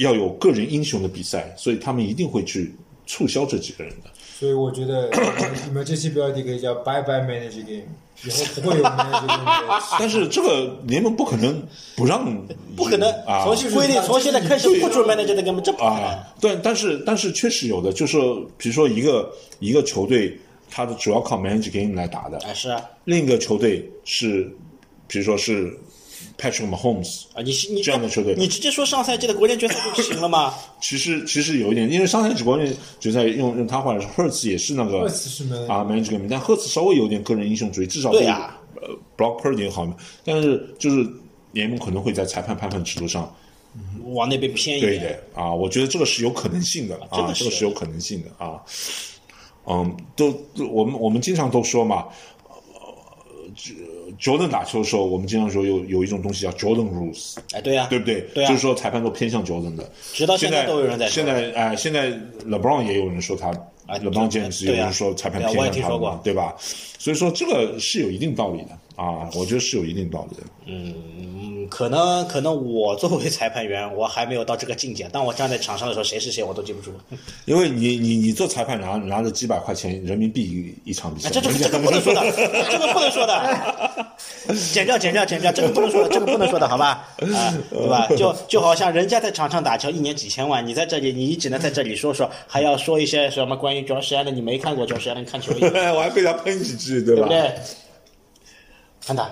要有个人英雄的比赛，所以他们一定会去促销这几个人的。所以我觉得你们这期标题可以叫 “Bye Bye Manager Game”，以后不会有 Manager Game 了。但是这个联盟不可能不让，啊不可能啊，从新规定从现在开始不准 manager 的 game，这不可能。啊，对，但是但是确实有的，就是比如说一个一个球队，它的主要靠 manage game 来打的，啊，是啊，另一个球队是，比如说是 Patrick Mahomes 啊，你是你这样的球队你直接说上赛季的国联决赛不就行了 吗？其实其实有一点，因为上赛季国内决赛用用他话来说，赫兹也是那个赫兹是 manager 啊 manager game，但赫兹稍微有点个人英雄主义，至少对啊呃 block p u r d y 好，但是就是联盟可能会在裁判判判尺度上往那边偏一对点，的啊，我觉得这个是有可能性的真啊的，这是个是有可能性的啊。嗯，都都我们我们经常都说嘛。呃，Jordan 打球的时候，我们经常说有有一种东西叫 Jordan rules，哎，对呀，对不对？对啊就是说裁判都偏向 Jordan 的，直到现现在都有人在说现在哎、现在 LeBron 也有人说他、啊 LeBron 对 James 对有啊人说裁判对啊偏我也向听他说们过嘛，对吧？所以说这个是有一定道理的啊，我觉得是有一定道理的。嗯，可能可能我作为裁判员，我还没有到这个境界。当我站在场上的时候，谁是谁我都记不住。因为你你你做裁判拿拿着几百块钱人民币一一场比赛，哎，这这人个家这个不能说的，这个不能说的，剪掉剪掉剪掉，这个不能说的，这个不能说的，好吧？啊，对吧？就就好像人家在场上打球一年几千万，你在这里你只能在这里说说，还要说一些什么关于 Josh Allen 你没看过 Josh Allen 看球一样， 我还被他喷几句，对对吧？不对？潘达，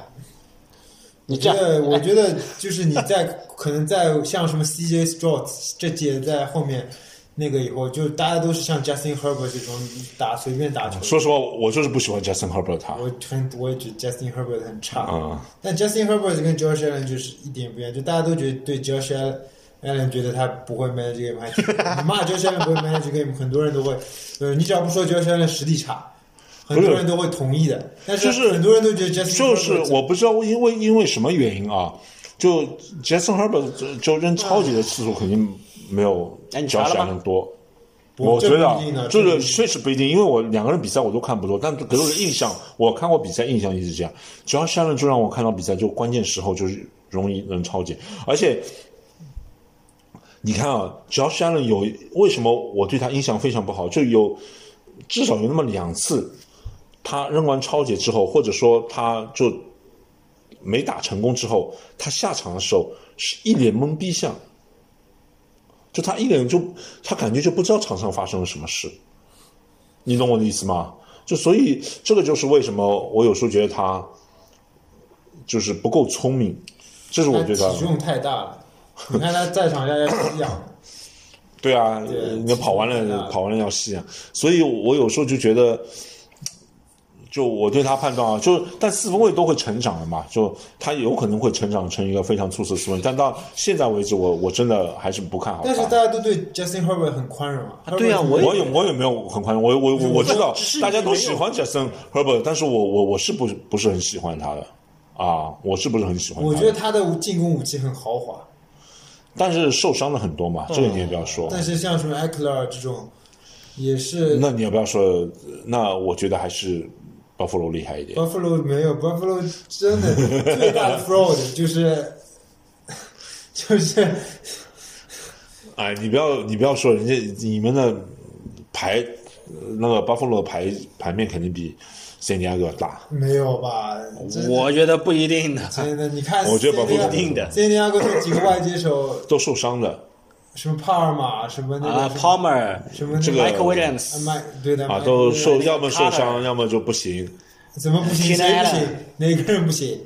你这觉得样，哎我觉得就是你在 可能在像什么 CJ Stroud 这届在后面那个以后，就大家都是像 Justin Herbert 这种打随便打球。说实话，我就是不喜欢 Justin Herbert 他。我很我也觉得 Justin Herbert 很差，嗯但 Justin Herbert 跟 Josh Allen 就是一点不一样，就大家都觉得对 Josh Allen。Allen 觉得他不会 manage game，还是 你骂 Josh Allen 不会 manage game，很多人都会，呃，你只要不说 Josh Allen 实力差，很多不是人都会同意的。但是就是很多人都觉得 Justin 就是我 Herbert 不知道因为因为什么原因啊，就 Jason Herbert 就就扔超级的次数肯定没有哎你 j o 查 s 了 h 吗 Allen 多。不我觉这得不一定啊的就这不一是定确实不一定，因为我两个人比赛我都看不多，但给我的印象，我看过比赛印象一直这样。只要 Allen 就让我看到比赛，就关键时候就是容易能超前，而且你看啊，只要 Allen 有为什么我对他印象非常不好，就有至少有那么两次，他扔完超节之后，或者说他就没打成功之后，他下场的时候是一脸懵逼相，就他一脸就他感觉就不知道场上发生了什么事，你懂我的意思吗？就所以这个就是为什么我有时候觉得他就是不够聪明，这是我觉他得体重太大 了，你看他在场下要吸氧，对啊，对你跑完对啊了跑完了要吸啊，所以我有时候就觉得，就我对他判断啊，就但四分卫都会成长的嘛，就他有可能会成长成一个非常出色的四分卫，但到现在为止我，我真的还是不看好他。但是大家都对 Justin Herbert 很宽容啊。对啊 Herbert 我也我也我也没有很宽容，我我我我知道只是大家都没有喜欢 Jason Herbert，但是我我我是不不是很喜欢他的啊，我是不是很喜欢他的？我觉得他的进攻武器很豪华，但是受伤了很多嘛，这个你也不要说。嗯但是像什么 Eckler 这种，也是那你要不要说？那我觉得还是巴甫罗厉害一点。 Buffalo 没有 Buffalo 真的最大的 fraud 就是就是哎，你不要你不要说人家你们的牌，呃那个巴夫罗牌牌面肯定比圣地亚哥大。没有吧？真的我觉得不一定的，真的，你看我觉得 San Diego- Buffalo 一定的 San Diego 这几个外接手都受伤的，什么帕尔马，什么那个啊什么，Palmer，什么那这个 Michael 啊 Williams，麦对的啊，麦都受克要么受伤， Carter 要么就不行。怎么不行？ Keenan 谁不 Allen 行？哪个人不行？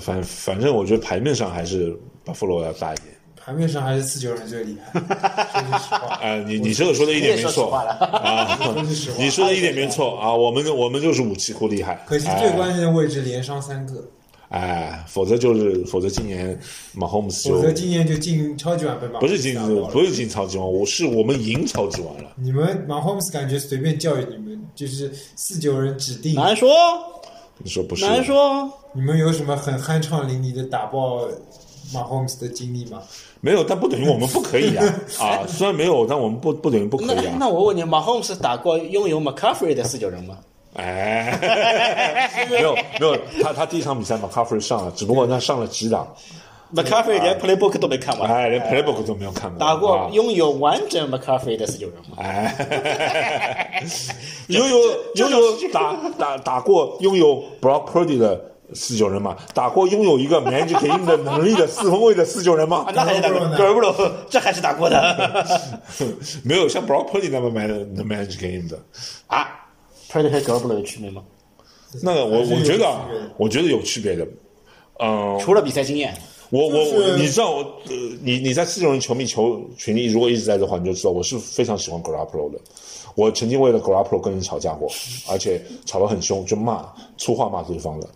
反反正我觉得牌面上还是巴夫罗要大一点。盘面上还是四九人最 厉害，说句实话。啊，你你这个说的一点我没也说实错话了 啊句实，话你说的一点没错啊，我们我们就是武器库厉害，可惜最关键的位置连伤三个，哎，哎，否则就是否则今年马霍姆斯否则就今年就进超级碗被马不是进霍姆斯打爆了不是进超级碗，我是我们赢超级碗了。你们马霍姆斯感觉随便教育你们，就是四九人指定啊难说，你说不是？难说。你们有什么很酣畅淋漓的打爆马霍姆斯的经历吗？没有，但不等于我们不可以 啊啊！虽然没有，但我们不不等于不可那以啊那。我问你，马霍姆斯打过拥有 McCaffrey 的四九人吗？哎，没有没有，他他第一场比赛马卡弗里上了，只不过他上了几档， McCaffrey 连 playbook 都没看完，哎，连 playbook 都没有看过，打过啊拥有完整 McCaffrey 的四九人吗？哎，拥有拥有打打打过拥有 Brock Purdy 的四九人吗？打过拥有一个 Magic i n 的能力的四分卫的四九人吗啊，？那还是打过 g a r b o 这还是打过的。 没有像 Brock Purdy 那么 man 的 Magic i n 的啊。 Purdy 和 g a r b o 有区别吗？那个我还是有我觉得啊区别的，我觉得有区别的。嗯，除了比赛经验，我我就是我，你知道我，呃，你你在四种人球迷球群里如果一直在的话，你就知道我是非常喜欢 Garoppolo 的。我曾经为了 Garoppolo 跟人吵架过，而且吵得很凶，就骂粗话骂对方的。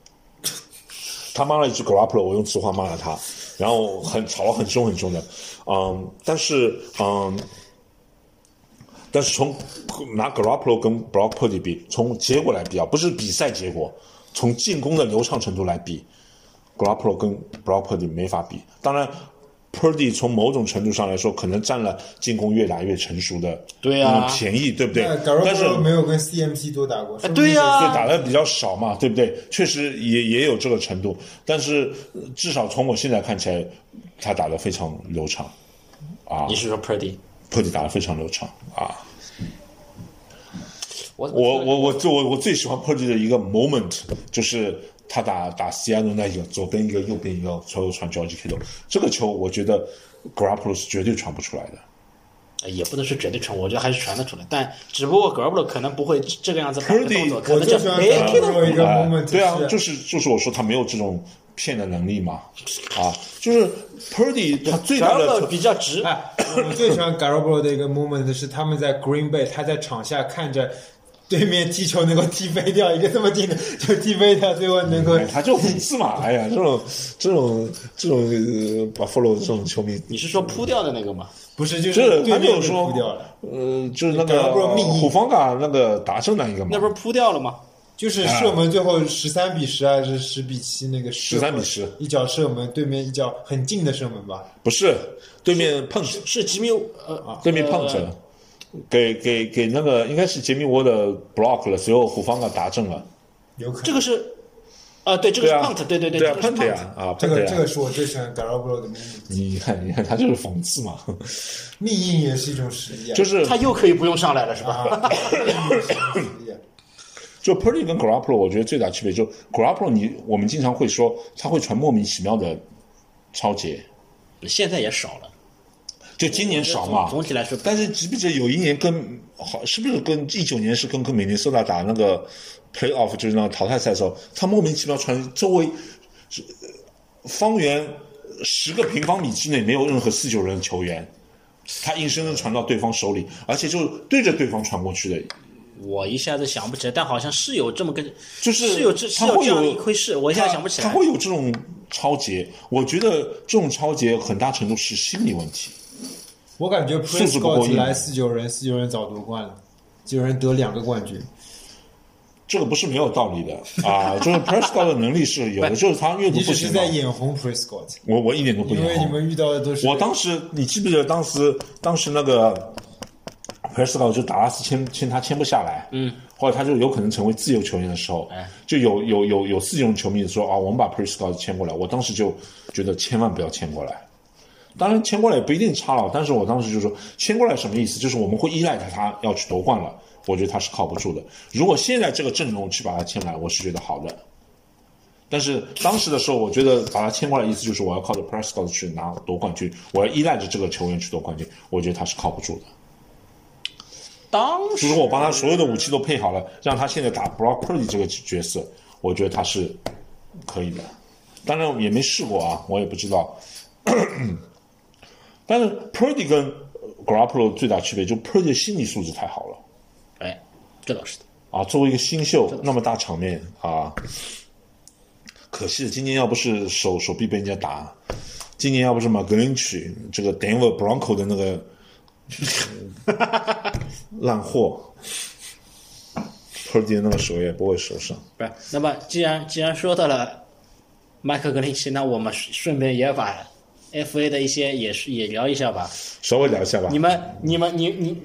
他骂了一句 Garoppolo，我用粗话骂了他，然后很吵得很凶很凶的。嗯，但是嗯，但是从拿 Garoppolo 跟 Brock Purdy 比，从结果来比啊，不是比赛结果，从进攻的流畅程度来比，Garoppolo 跟 Brock Purdy 没法比。当然，Purdy 从某种程度上来说，可能占了进攻越来越成熟的对啊嗯便宜，对不对那？但是呃啊 Garoppolo 没有跟 CMC 多打过，说不定对呀对打的比较少嘛，对不对？确实也也有这个程度，但是呃至少从我现在看起来，他打得非常流畅啊你是说 Purdy？ ，Purdy 打得非常流畅啊。我我我我最我我最喜欢 Purdy 的一个 moment 就是他打打西安的那一个左边一个右边一个球传 George Kittle 这个球，我觉得 Garoppolo 是绝对传不出来的。呃也不能说绝对传，我觉得还是传得出来，但只不过 g a r b o 可能不会这个样子摆个 Purdy，动作，可我能哎就就喜欢没 Garoppolo 一个 moment，对啊，是就是就是我说他没有这种骗的能力嘛，啊，就是 Purdy 他最 g a 大 r b 的 o 比较直，哎，我最喜欢 Garoppolo 的一个 moment 是他们在 Green Bay，他在场下看着对面踢球能够踢飞掉一个这么近的就踢飞掉，最后能够哎，他就很自嘛，哎呀，这种这种这种呃把 follow 这种球迷，你是说扑掉的那个吗？不是就是这对他没面有就说扑掉了，，呃，就是那搞个不了命硬虎方嘎那个达成那一个嘛，那不是扑掉了吗？就是射门最后十三比十还是十比七那个射13门比10一脚射门，对面一脚很近的射门吧，不是对面碰着，是吉米呃对面碰呃着，给给给那个应该是杰米沃的 block 了，随后虎方嘎达正了，有可能这个是，啊对，这个对是啊 punt，对对对啊这个是 punt punt，呀啊这个 punt 呀这个是我最喜欢 Garoppolo 的 moment，你看你看他就是讽刺嘛，命硬也是一种实力啊，就是他又可以不用上来了是吧？啊，命硬也是一种实力啊。就 Purdy 跟 Garoppolo，我觉得最大区别就 Garoppolo，你我们经常会说他会传莫名其妙的超节，现在也少了，就今年少嘛。总总体来说但是记不记得有一年跟好是不是跟一九年是跟跟美尼苏达打那个 playoff 就是那个淘汰赛的时候，他莫名其妙传周围是方圆十个平方米之内没有任何四九人的球员，他硬生生传到对方手里，而且就对着对方传过去的。我一下子想不起来，但好像是有这么个，就是是有这是他有会这样的有一回事，我一下想不起来。他会有这种超节。我觉得这种超节很大程度是心理问题。我感觉素质不够 Prescott 硬来四九人，四九人早夺冠了，四九人得两个冠军。这个不是没有道理的啊，就是 Prescott 的能力是 有的，就是他阅读你不只是行在嘛。眼红 Prescott，我我一点都不因为眼你红。们遇到的都是我当时你记不记得当时当时那个 Prescott 就达拉斯签签他签不下来，嗯，后来他就有可能成为自由球员的时候，哎就有有有有四种球迷说啊，我们把 Prescott 签过来，我当时就觉得千万不要签过来。当然签过来也不一定差了，但是我当时就说签过来什么意思？就是我们会依赖他，他要去夺冠了，我觉得他是靠不住的。如果现在这个阵容去把他签来，我是觉得好的。但是当时的时候，我觉得把他签过来的意思就是我要靠着 Prescott 去拿夺冠军，我要依赖着这个球员去夺冠军，我觉得他是靠不住的。当时如果我帮他所有的武器都配好了，让他现在打 Brock Purdy 这个角色，我觉得他是可以的。当然也没试过啊，我也不知道。但是 Purdy 跟 Garoppolo 最大区别就 Purdy 的心理素质太好了哎，这倒是的。啊，作为一个新秀那么大场面啊，可惜今年要不是手手臂被人家打，今年要不是马格林曲这个 Denver Bronco 的那个烂货，Purdy 的那个手也不会受伤。不是，那么既然既然说到了麦克格林奇，那我们顺顺便也把 FA 的一些也是也聊一下吧。稍微聊一下吧你，们你们你你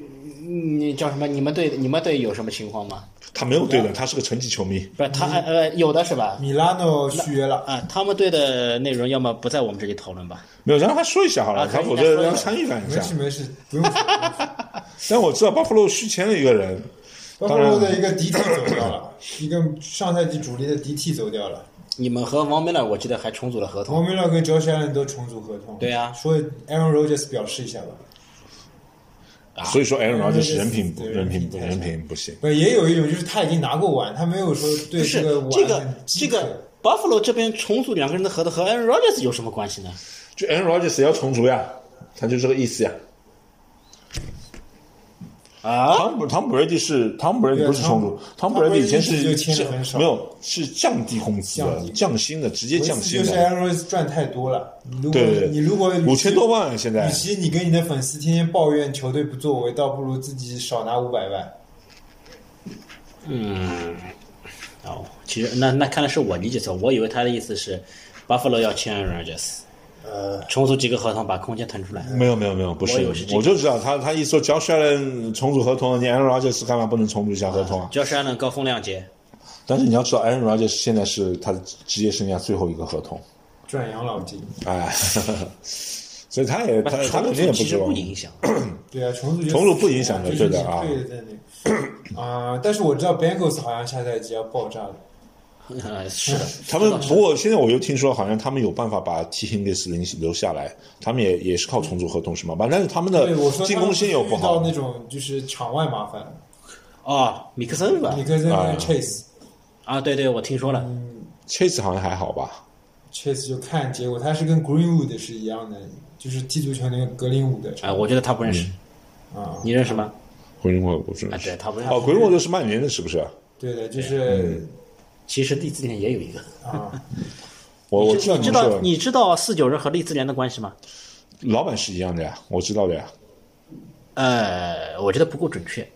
你你叫什么？你们队你们队有什么情况吗？他没有对的，他是个成绩球迷。不是他呃有的是吧？米拉诺续约了，啊，他们队的内容要么不在我们这里讨论吧。没有，让他说一下好了，啊他可以否则再说一下让他参与感一啊没下。事没事，不用说。但我知道 Buffalo 续签了一个人，包当然括的一个嫡体走掉了，一个上赛季主力的嫡体走掉了，你们和王梅尔我记得还重组了合王同，梅勒跟 Josh Allen 都重组合同。对啊说 Aaron Rodgers 表示一下吧。所以说 Aaron 嗯 Rodgers 人品不对人品不人品人品不行。不，也有一种就是他已经拿过碗，他没有说对不是个这碗个很饥这渴个 Buffalo 这边重组两个人的合同和 Aaron Rodgers 有什么关系呢？就 Aaron Rodgers 也要重组呀，他就这个意思呀。啊，汤姆汤姆 Brady 是汤姆 Brady 对不是重组，汤姆 Brady 以前 Tom Brady 就是签得很少没有是降低工资降的低，降薪的，直接我意降思薪就是的。 Aaron Rodgers 赚太多了，你如果对对对，你如果五千多，万现在与，其你跟你的粉丝天天抱怨球队不作为，倒不如自己少拿五百万。哦，其实那那看来是我理解错，我以为他的意思是 Buffalo 要签 Aaron Rodgers，呃，嗯重组几个合同把空间腾出来。没有没有没有，不是我以为是，这个我就知道他他一说 Josh Allen 重组合同，你 Aaron Rodgers 干嘛不能重组一下合同啊？ j o s h Allen 高风亮节，但是你要知道，Aaron Rodgers 现在是他的职业生涯最后一个合同，赚养老金，哎， 所以他也他他重肯定也组不其指实不望。影响。 对啊，重组就重组不影响的就是对你的啊对的那里啊，但是我知道 Bengals 好像下赛季要爆炸了。呃是的，他们不过现在我又听说，好像他们有办法把 T Higgins 留留下来，他们也也是靠重组合同是吗？反正他们的对，我说他呃进攻线又不遇到好那，种就是场外麻烦，哦，米克森是吧你？跟那啊个 Chase。啊，对对，我听说了。嗯，Chase 好像还好吧？ Chase 就看结果，他是跟 Greenwood 是一样的，就是踢足球那个格林伍德哎，我觉得他不认识，啊，你认识吗？回龙我不是啊，对他不认哦，识。回龙就是曼联的，是不是？对的，就是其实利兹联也有一个。啊，我我你知道知你知们道说你知道四九人和利兹联的关系吗？老板是一样的呀，我知道的呀。呃，我觉得不够准确。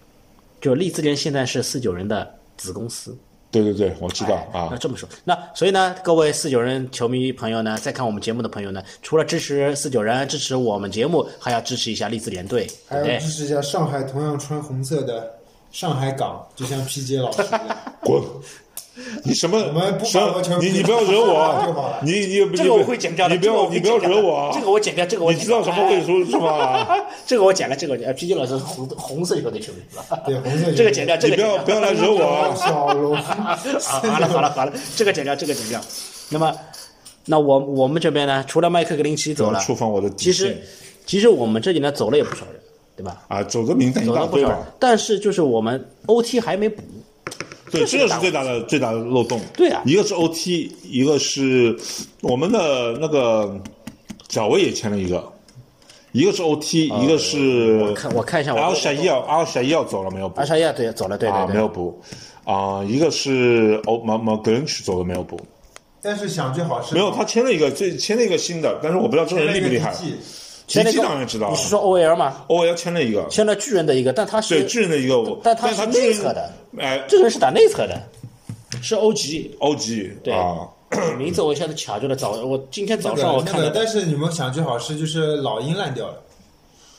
就利兹联现在是四九人的子公司。对对对，我知道哎那啊。这么说，那所以呢，各位四九人球迷朋友呢，在看我们节目的朋友呢，除了支持四九人、支持我们节目，还要支持一下利兹联队，还对不要对支？持一下上海同样穿红色的上海港，就像 PJ 老师一样，滚！你什么我们不什把我么全？部你你不要惹 就好了我！啊你你这个我会剪掉的，你不要你这不个我会剪掉的要惹我啊！这个我剪掉， 这个我你知道什么会说？输是啊吧？这个我剪了，这个我剪了。PG 老师是红红色球队球迷是吧？对，红色就 是这个剪掉，这你个不剪掉。要不要来惹我啊！哦 小龙，啊，好了好了好了，这个剪掉，这个剪掉。那么，那我我们这边呢，除了麦克格林奇走不了要，触犯我的其底实线其实我们这里呢走了也不少人，对吧？啊！走的名单一走大了不堆少人了。，但是就是我们 OT 还没补，对，这是这个大是最大的最大的漏洞。对啊一个是 OT，一个是我们的那个脚位也签了一个，一个是 OT，、一个是我看我看一下我阿尔沙伊要阿尔沙伊要走了没有补？阿沙亚对走了，对啊对没有对，补啊、一个是欧毛毛格林曲走了没有补？但是想最好是没有，他签了一个最签了一个新的，但是我不知道这个人厉不厉害。签了一吉个吉当然知道你是说 OL 吗？欧要签了一个，签了巨人的一个，但他对是巨人的一个我，但他他是巨内人侧的，哎，这个人是打内侧的，是欧 吉。欧吉对啊，名字我一下子卡住了，早我今天早那上我个看那个，到但是你们想最好是就是老鹰烂掉了，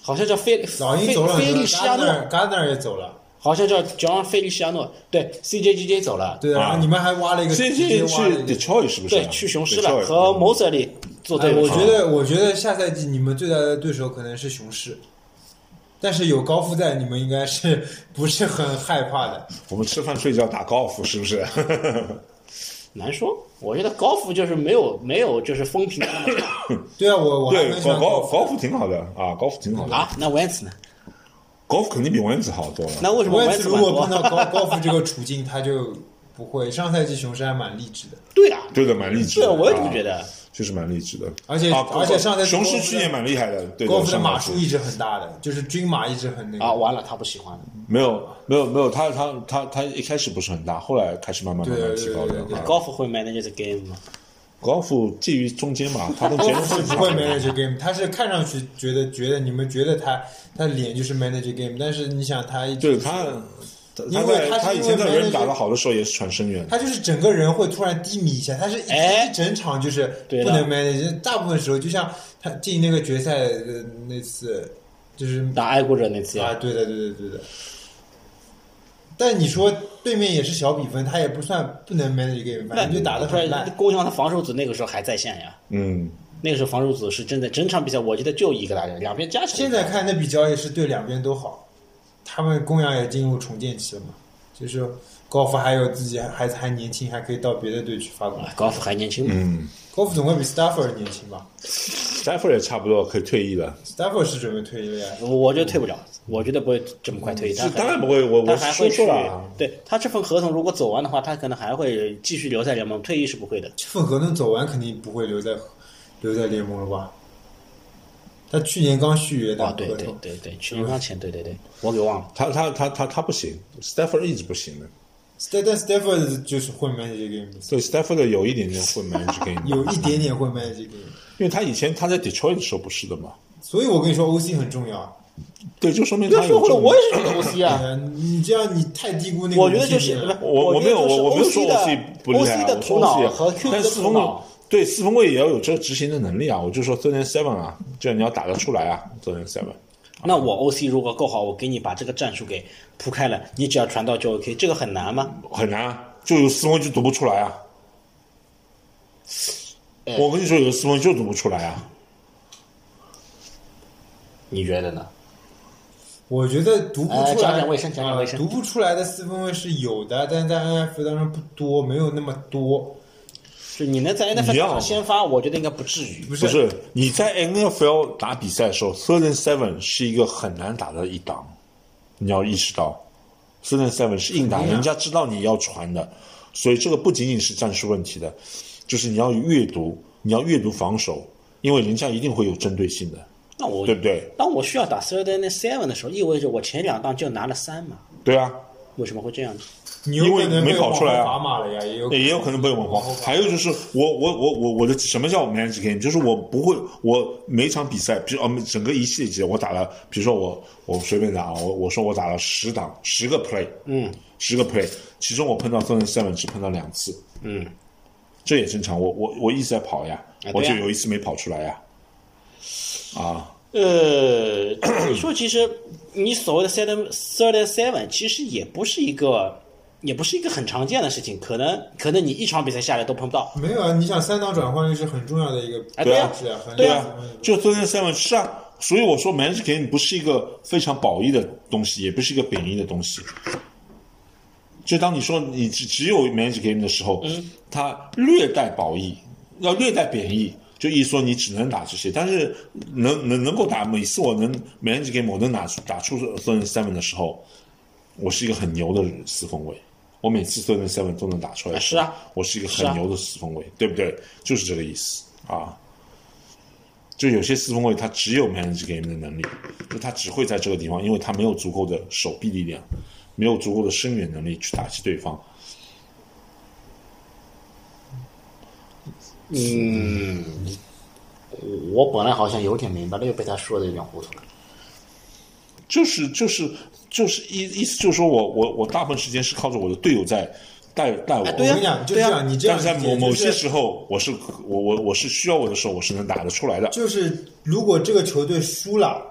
好像叫菲老鹰菲走了菲利西亚诺， ，Gardner 也走了。好像叫 John 菲利西亚诺，对 CJGJ 走了，对，然后你们还挖了一个，这直接这啊挖了去一个 Detroit 是不是？对去雄狮了， Detroit，和嗯谋塞利做哎，对我手。觉得，我觉得下赛季你们最大的对手可能是雄狮，但是有高富在，你们应该是不是很害怕的？ 我们吃饭睡觉打高尔夫是不是？难说。我觉得高福就是没有没有就是风评 对啊，我我还对蛮，喜高欢高高高普挺好的啊，高普挺好的，啊。那 w e n t 呢？高普肯定比文子好多了。那为什么 w 我 e n 也 t 是，管 如果碰多？到高高夫这个处境，他就不会。上赛季雄狮还蛮励志的， 对啊，对的，蛮励志对的。啊，我也这么觉啊得。就是蛮励志的。而且啊而且上赛季雄高狮夫去年蛮厉害的，对的高夫的上马赛术季一直很大的，就是军马一直很那个啊，。完了，他不喜欢了。没有没有没有，他他他他一开始不是很大，后来开始慢慢慢对慢对提高的对对。对啊高福会 manage the game 吗？高普介于中间嘛，他跟杰 高伦夫逊是不会 manage game，他是看上去觉得觉得你们觉得他他脸就是 manage game，但是你想他一对他，他因为在他是他以因前为在没人人打得好的时候也是传声援的，他就是整个人会突然低迷一下，他是一哎一整场就是对不的能 manage，大部分时候就像他进那个决赛的那次，就是打爱国者那次啊，呀，对的，对的，对的。但你说对面也是小比分，他也不算不能 manage game，反正就打得不是很烂。攻强的防守组那个时候还在线呀。嗯，那个时候防守组是真的，整场比赛我觉得就一个打人，两边加起来。现在看那笔交易是对两边都好，他们公羊也进入重建期了嘛，就是高夫还有自己还还年轻，还可以到别的队去发光。啊，高福还年轻嗯嘛，高夫总归比 Stafford 年轻吧塞弗也差不多可以退役了。 ？Stafford 是准备退役了呀。我觉得退不了，我觉得不会这么快退役。他这还当然不会，我他我还说会去错了啊。，对他这份合同如果走完的话，他可能还会继续留在联盟，退役是不会的。这份合同走完肯定不会留在留在联盟了吧？他去年刚续约的啊，合对同，对对对，去年刚签，对对对，我给忘了。他他他他他不行，斯泰弗一直不行的。但但 Stafford 就是会 manage game，对，斯泰弗有一点点混 manage game，有一点点会 manage game，因为他以前他在 Detroit 的时候不是的嘛。所以我跟你说 OC 很重要。对，就说明不他要有说回这来，我也种是 这个东西啊。呃，你这样你太低估那个我觉 OC 了。得就是不我我我没有我我没有说我我自己不厉害啊，的我头说我自己脑和 Q 但的四头分卫脑，对四分卫也要有这个执行的能力啊。我就说 t h i r seven 啊，这你要打得出来啊 t h i r seven。那我 OC 如果够好，我给你把这个战术给铺开了，你只要传到就 OK，这个很难吗？很难啊，就有四分就读不出来啊。我跟你说，有四分就读不出来啊。你觉得呢？我觉得读不哎出讲来啊讲卫生讲讲卫生读不出来的四分卫是有的，但是在 NFL 当中不多，没有那么多。就你嗯能在 NFL 一样上先发，我觉得应该不至于。不不是是你在 NFL 打比赛的时候 t h i r seven 是一个很难打的一档，你要意识到 t h i r seven 是硬打，肯定啊人家知道你要传的，所以这个不仅仅是战术问题的，就是你要阅读，你要阅读防守，因为人家一定会有针对性的，那我对不对？当我需要打 third and seven 的时候，意味着我前两档就拿了三嘛？对啊，为什么会这样呢？你有可能因为被没跑出来啊往后砝码了呀，也有对，也有可能被我们往后黄。砝码还有就是我我我我我的什么叫 manage game？就是我不会，我每场比赛，比如哦，整个一系列比赛，我打了，比如说我我随便打啊，我我说我打了十档十个 play，嗯，十个 play，其中我碰到 t h i seven 只碰到两次，嗯，这也正常。我我我一直在跑呀，啊我对就呀有一次没跑出来呀，啊，呃，你说其实你所谓的 seven third and seven 其实也不是一个，也不是一个很常见的事情，可能可能你一场比赛下来都碰不到。没有啊？你想三档转换率是很重要的一个哎对啊是啊，很对重啊要的就 t h i seven 是啊。所以我说，manage game 不是一个非常褒义的东西，也不是一个贬义的东西。就当你说你只只有 manage game 的时候，嗯它略带褒义，要略带贬义，就意思说你只能打这些。但是能能能够打，每次我能 manage game，我能打出打出 t h i seven 的时候，我是一个很牛的四分卫。我每次 t h i seven 都能打出来，是啊，我是一个是啊很牛的四分卫，对不对？就是这个意思啊。就有些四分卫他只有 manage game 的能力，就他只会在这个地方，因为他没有足够的手臂力量，没有足够的深远能力去打击对方。嗯，我本来好像有点明白了，又被他说的有点糊涂了。就是就是就是意意思就是说我我我大部分时间是靠着我的队友在带带我。我跟你讲，就这对啊样，你这但样是在理解某某就是些时候，我是我我我是需要我的时候，我是能打得出来的。就是如果这个球队输了，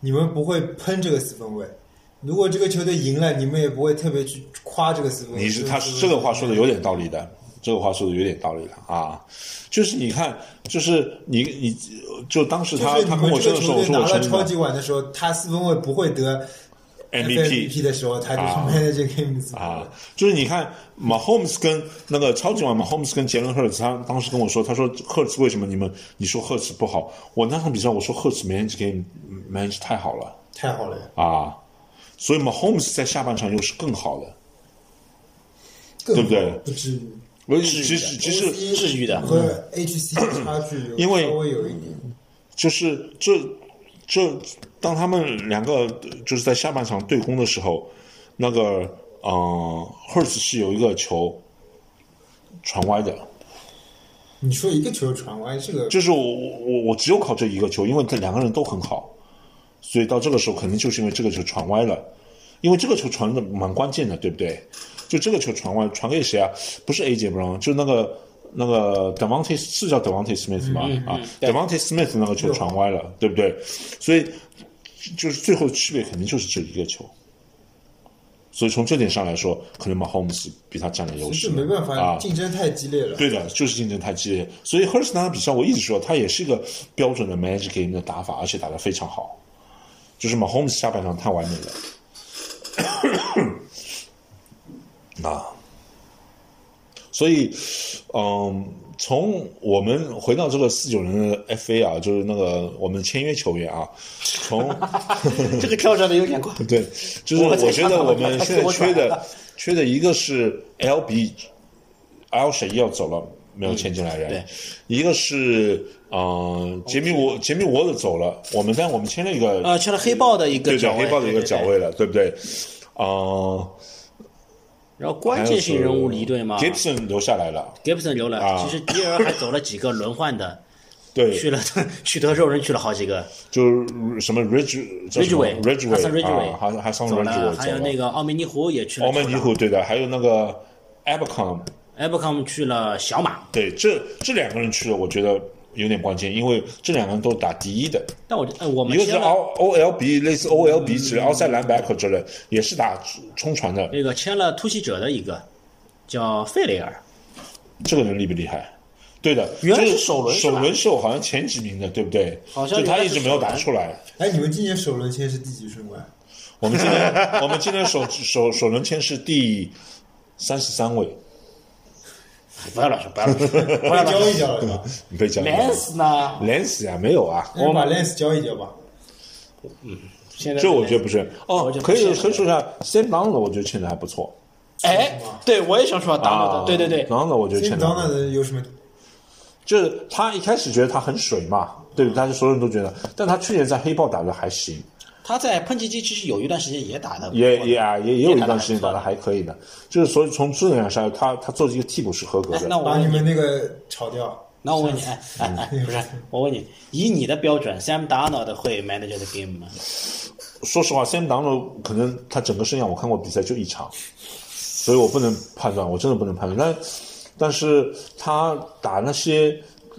你们不会喷这个四分卫；如果这个球队赢了，你们也不会特别去夸这个四分卫。你是这个他四分是卫这个话说的有点道理的，这个话说的有点道理的啊。就是你看，就是你你就当时就他是你他跟们我这说的时个球候，我队说拿我到承认超的级碗的时候，他四分卫不会得 MVP 的时候，他就是 Manager Games 啊，就是你看 Mahomes 跟那个超级碗 Mahomes 跟杰伦赫尔兹，他当时跟我说，他说赫尔兹为什么你们你说赫尔兹不好？我那场比赛我说赫尔兹 manage game manage 太好了太好了，啊，所以 Mahomes 在下半场又是更好的。更对好不对不至于。我其实其实治愈的，和 HC 的差距有嗯因为稍微有一点，就是这这，当他们两个就是在下半场对攻的时候，那个嗯，赫兹是有一个球传歪的，你说一个球传歪，这个就是我我我只有靠这一个球，因为这两个人都很好，所以到这个时候肯定就是因为这个球传歪了，因为这个球传的蛮关键的，对不对？就这个球传歪传给谁啊？不是 AJ Brown，就那个那个 Devonte 是叫 Devonte Smith 吗？啊，Devonte Smith 那个球传歪了，对不对？所以就是最后的区别肯定就是这一个球。所以从这点上来说，可能 Mahomes 比他占了优其势。实没办啊法，竞争太激烈了。对的，就是竞争太激烈，所以赫尔斯那场比赛我一直说他也是一个标准的 Magic Game 的打法，而且打得非常好，就是 Mahomes 下半场太完美了。 啊，所以，嗯，从我们回到这个四九人的 FA 啊，就是那个我们签约球员啊，从 这个跳转的有点快。 对，就是我在我觉得想我们我现在我缺懂的 缺的一个是 L B L 谁要走了没有签进来嗯人，对哦一个是嗯、呃杰米沃杰米沃德走了，我们但我们签了一个 呃，缺了黑豹的一个对角角位，黑豹的一个对角。对对位了，对不对？呃，然后关键性人物离队嘛 g i b s o n 留下来了， ，Gibson 留了，啊其实迪尔还走了几个轮换的， 对，去了去德州人去了好几个就是什么 Ridge 叫什么 Ridgeway，哈 Ridgeway 桑 Ridgeway 啊，还还上走 Ridgeway 走了，还有那个奥梅尼湖也去了澳酋长，门尼虎对的，还有那个 Abercom。 Abcom 去了小马，对，这这两个人去了，我觉得有点关键，因为这两个人都打第一的，但我觉得，呃我一们个是签了嗯 O O L B 类似 O L B 之类，outside linebacker 之类，也是打冲传的。那个签了突袭者的一个叫费雷尔，这个人厉不厉害？对的，原来这个是首轮是首吧轮是我好像前几名的，对不对？好像就原他来一是直没有首轮打出来。哎，你们今年首轮签是第几顺位？我们今天我们今天首首首轮签是第三十三位，不要乱说，不要乱说，不要乱交说。易掉了是吧？你可以讲 Lance 呢？ Lens 呀，没有啊，我们把 Lens 交易掉吧。现在这我觉得不是。我哦觉得，不可以是可以说一下 Sam Donald，我觉得签的还不错。哎，对我也想说达啊诺，的，对对对， ，Donald 我觉得所以签的 d o n a 有什么？就是他一开始觉得他很水嘛，对不对？大家所有人都觉得，但他去年在黑豹打的还行，他在喷气机其实有一段时间也打的，哎也也啊也也有一段时间打也打的得还可以的，就是所以从质量上，他他做这个替补是合格哎的。那我把问你你，们那个炒掉。那我问你，哎哎 哎，不是，我问你，以你的标准，Sam Darnold 会 manager 的 game 吗？说实话，Sam d o n a 可能他整个生涯我看过比赛就一场，所以我不能判断，我真的不能判断。但但是他打那些，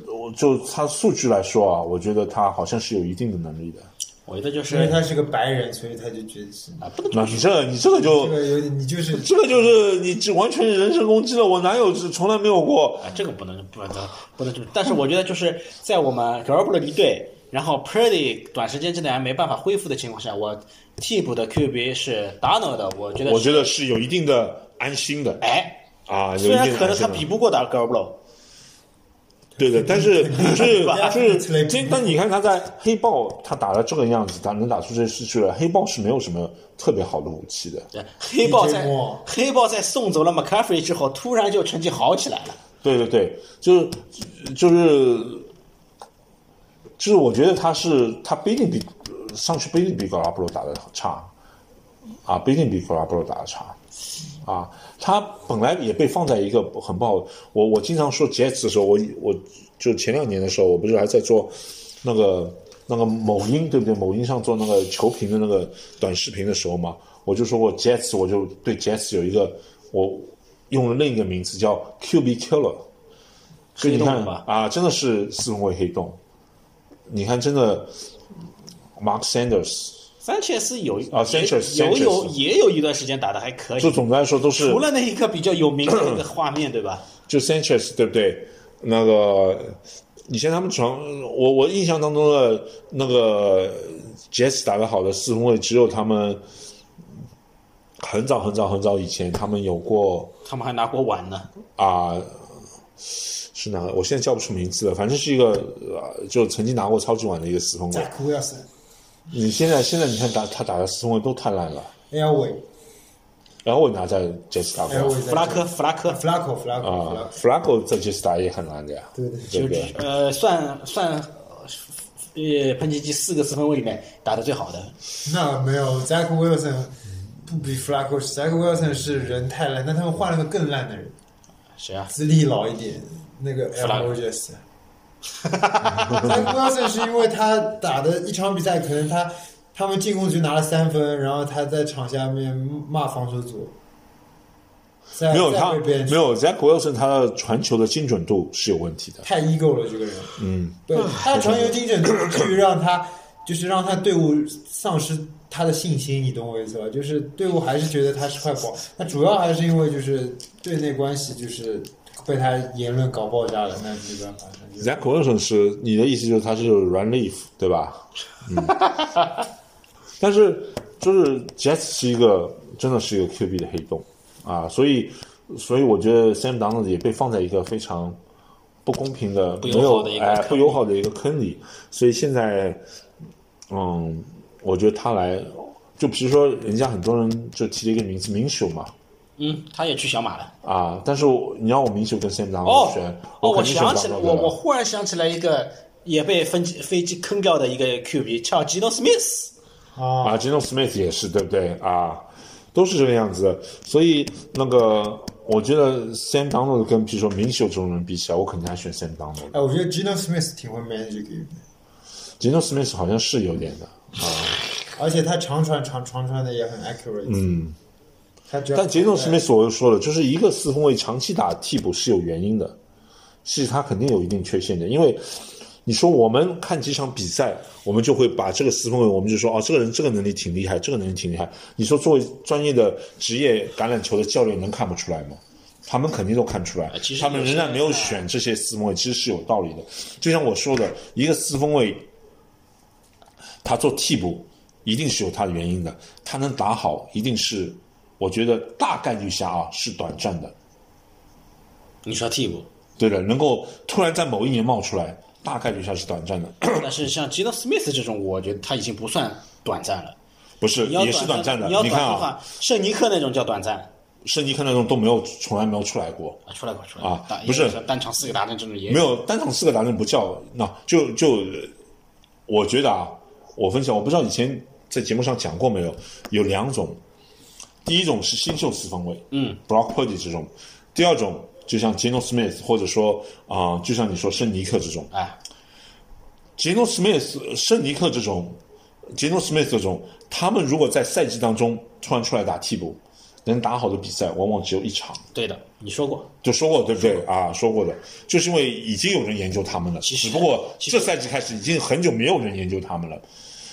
我就他数据来说啊，我觉得他好像是有一定的能力的。我觉得就是因为他是个白人，所以他就觉得是啊，不能那你这你这个就这个有点，你就是这个就是你这完全人身攻击了，我哪有从来没有过？啊，这个不能不能不能这么，但是我觉得就是在我们 g a r o p o l o 离队，然后 Purdy 短时间之内还没办法恢复的情况下，我替补的 QB 是 Darnold，的我觉得是，我觉得是有一定的安心的哎，啊，有虽一然定的可安能心他的比不过 g a r o p o l o 对的，但是就是吧就是，今但你看他在黑豹，他打了这个样子，打能打出这事去了，黑豹是没有什么特别好的武器的。对，黑豹 DJ 在莫黑豹在送走了 McCaffrey 之后，突然就成绩好起来了。对对对，就是就是就是，我觉得他是他不一定比上去不一定比格拉布罗打的差啊，不一定比格拉布罗打的差啊。他本来也被放在一个很不好，我我经常说 Jets 的时候，我我就前两年的时候，我不是还在做那个那个某音对不对？某音上做那个球评的那个短视频的时候嘛，我就说过 Jets，我就对 Jets 有一个我用了另一个名字叫 QB Killer。所以你黑看洞吧啊，真的是四分卫黑洞。你看，真的，Mark Sanders 三切斯有啊也 Sanchez，有 Sanchez 有也有一段时间打的还可以就，总的来说都是哎除了那一个比较有名的那个画面，对 吧？就 Sanchez 对不对？那个以前他们传我我印象当中的那个 Jets 打得好的四分卫只有他们很早很早很早以前，他们有过他们还拿过碗呢。啊、是哪个？我现在叫不出名字了，反正是一个呃，就曾经拿过超级碗的一个四分卫。 Zach Wilson、你现在现在你看打他打的四分卫都太烂了，哎 Elway、然后我拿在杰斯打过 Elway 在弗拉科，弗拉科， Flacco、Flacco、啊 Flacco，弗拉狗在杰斯打也很烂的呀，对对对就不是对？呃，算算呃，喷气机四个四分卫里面打的最好的， 那没有 Zach Wilson 不比 Flacco，Zach Wilson 是人太烂，但他们换了个更烂的人，谁啊？资历老一点，那个 a Flacco l o g e s Zach Wilson 是因为他打的一场比赛，可能他他们进攻局拿了三分，然后他在场下面骂防守组，在没有在他被别人没有 Zach Wilson 他的传球的精准度是有问题的，太 ego 了，这个人。嗯，对，他的传球精准至于让他就是让他队伍丧失他的信心，你懂我意思吧？就是队伍还是觉得他是块宝，那主要还是因为就是队内关系就是被他言论搞爆炸了，那没办法。那就 Zach Wilson 是你的意思就是他是 run leaf 对吧？嗯，但是就是 Jets 是一个真的是一个 QB 的黑洞啊，所以所以我觉得 Sam Donald 也被放在一个非常不公平的、不没友好有的一个哎坑不友好的一个坑里，所以现在嗯，我觉得他来就比如说人家很多人就提了一个名字明秀嘛。嗯，他也去小马了。啊！但是我你让我明秀跟 Sam Donald 哦选，哦，我肯定选想起 Donald 来，的我我忽然想起来一个也被飞机飞机坑掉的一个 QB，叫吉诺·史密斯。啊，啊 g e n o Smith 也是，对不对啊？都是这个样子的。所以那个，我觉得 Sam Donald 跟比如说明秀这种人比起来，我肯定还选 Sam Donald 的。哎，我觉得 Gino Smith 挺会 manage 这个 game 的， g e n o Smith 好像是有点的啊，而且他长传长长传的也很 accurate。嗯，他只要但 g e n o Smith 我又说了，就是一个四分卫长期打替补是有原因的，是他肯定有一定缺陷的，因为。你说我们看几场比赛，我们就会把这个四分卫，我们就说哦，这个人这个能力挺厉害，这个能力挺厉害。你说作为专业的职业橄榄球的教练，能看不出来吗？他们肯定都看出来啊其，实他们仍然没有选这些四分卫，其实是有道理的。就像我说的，一个四分卫，他做替补一定是有他的原因的，他能打好一定是，我觉得大概率下啊是短暂的，你说替补，对的，能够突然在某一年冒出来，大概率下是短暂的。 但是像吉诺·史密斯这种，我觉得他已经不算短暂了。不是，你要也是短暂的。你要看短的啊，话，圣尼克那种叫短暂圣尼克那种都没有，从来没有出来过，啊，出来过出来啊过打不是也单场四个达阵这种也没有单场四个达阵不叫，那就就我觉得啊，我分享，我不知道以前在节目上讲过没有，有两种，第一种是新秀四分卫，嗯，Brock Purdy 这种，第二种就像 Geno Smith 或者说啊、就像你说圣尼克这种，哎，杰诺·史密斯、圣尼克这种，杰诺·史密斯这种，他们如果在赛季当中突然出来打替补，能打好的比赛往往只有一场，对的，你说过。就说过对不对啊？说过的，就是因为已经有人研究他们了，实只不过其实这赛季开始已经很久没有人研究他们了。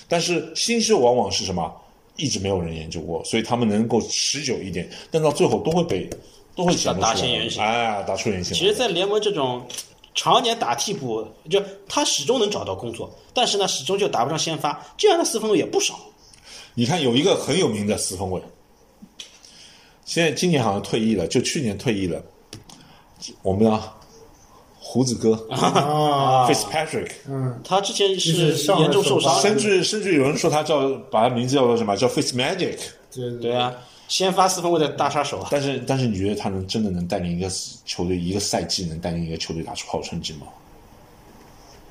但是新秀往往是什么？一直没有人研究过，所以他们能够持久一点，但到最后都会被都会显露打出现来原形哎，打出原形来。其实，在联盟这种常年打替补，就他始终能找到工作，但是呢，始终就打不上先发，这样的四分卫也不少。你看有一个很有名的四分卫，现在今年好像退役了，就去年退役了。我们啊，胡子哥、啊 f i，t z p a t r i c k 他之前就是是上严重了受手伤的，吧甚至甚至有人说他叫把他名字叫做什么叫 f i t z Magic，对对啊，先发四分卫的大杀手啊，但是但是你觉得他能真的能带领一个球队一个赛季能带领一个球队打出好成绩吗？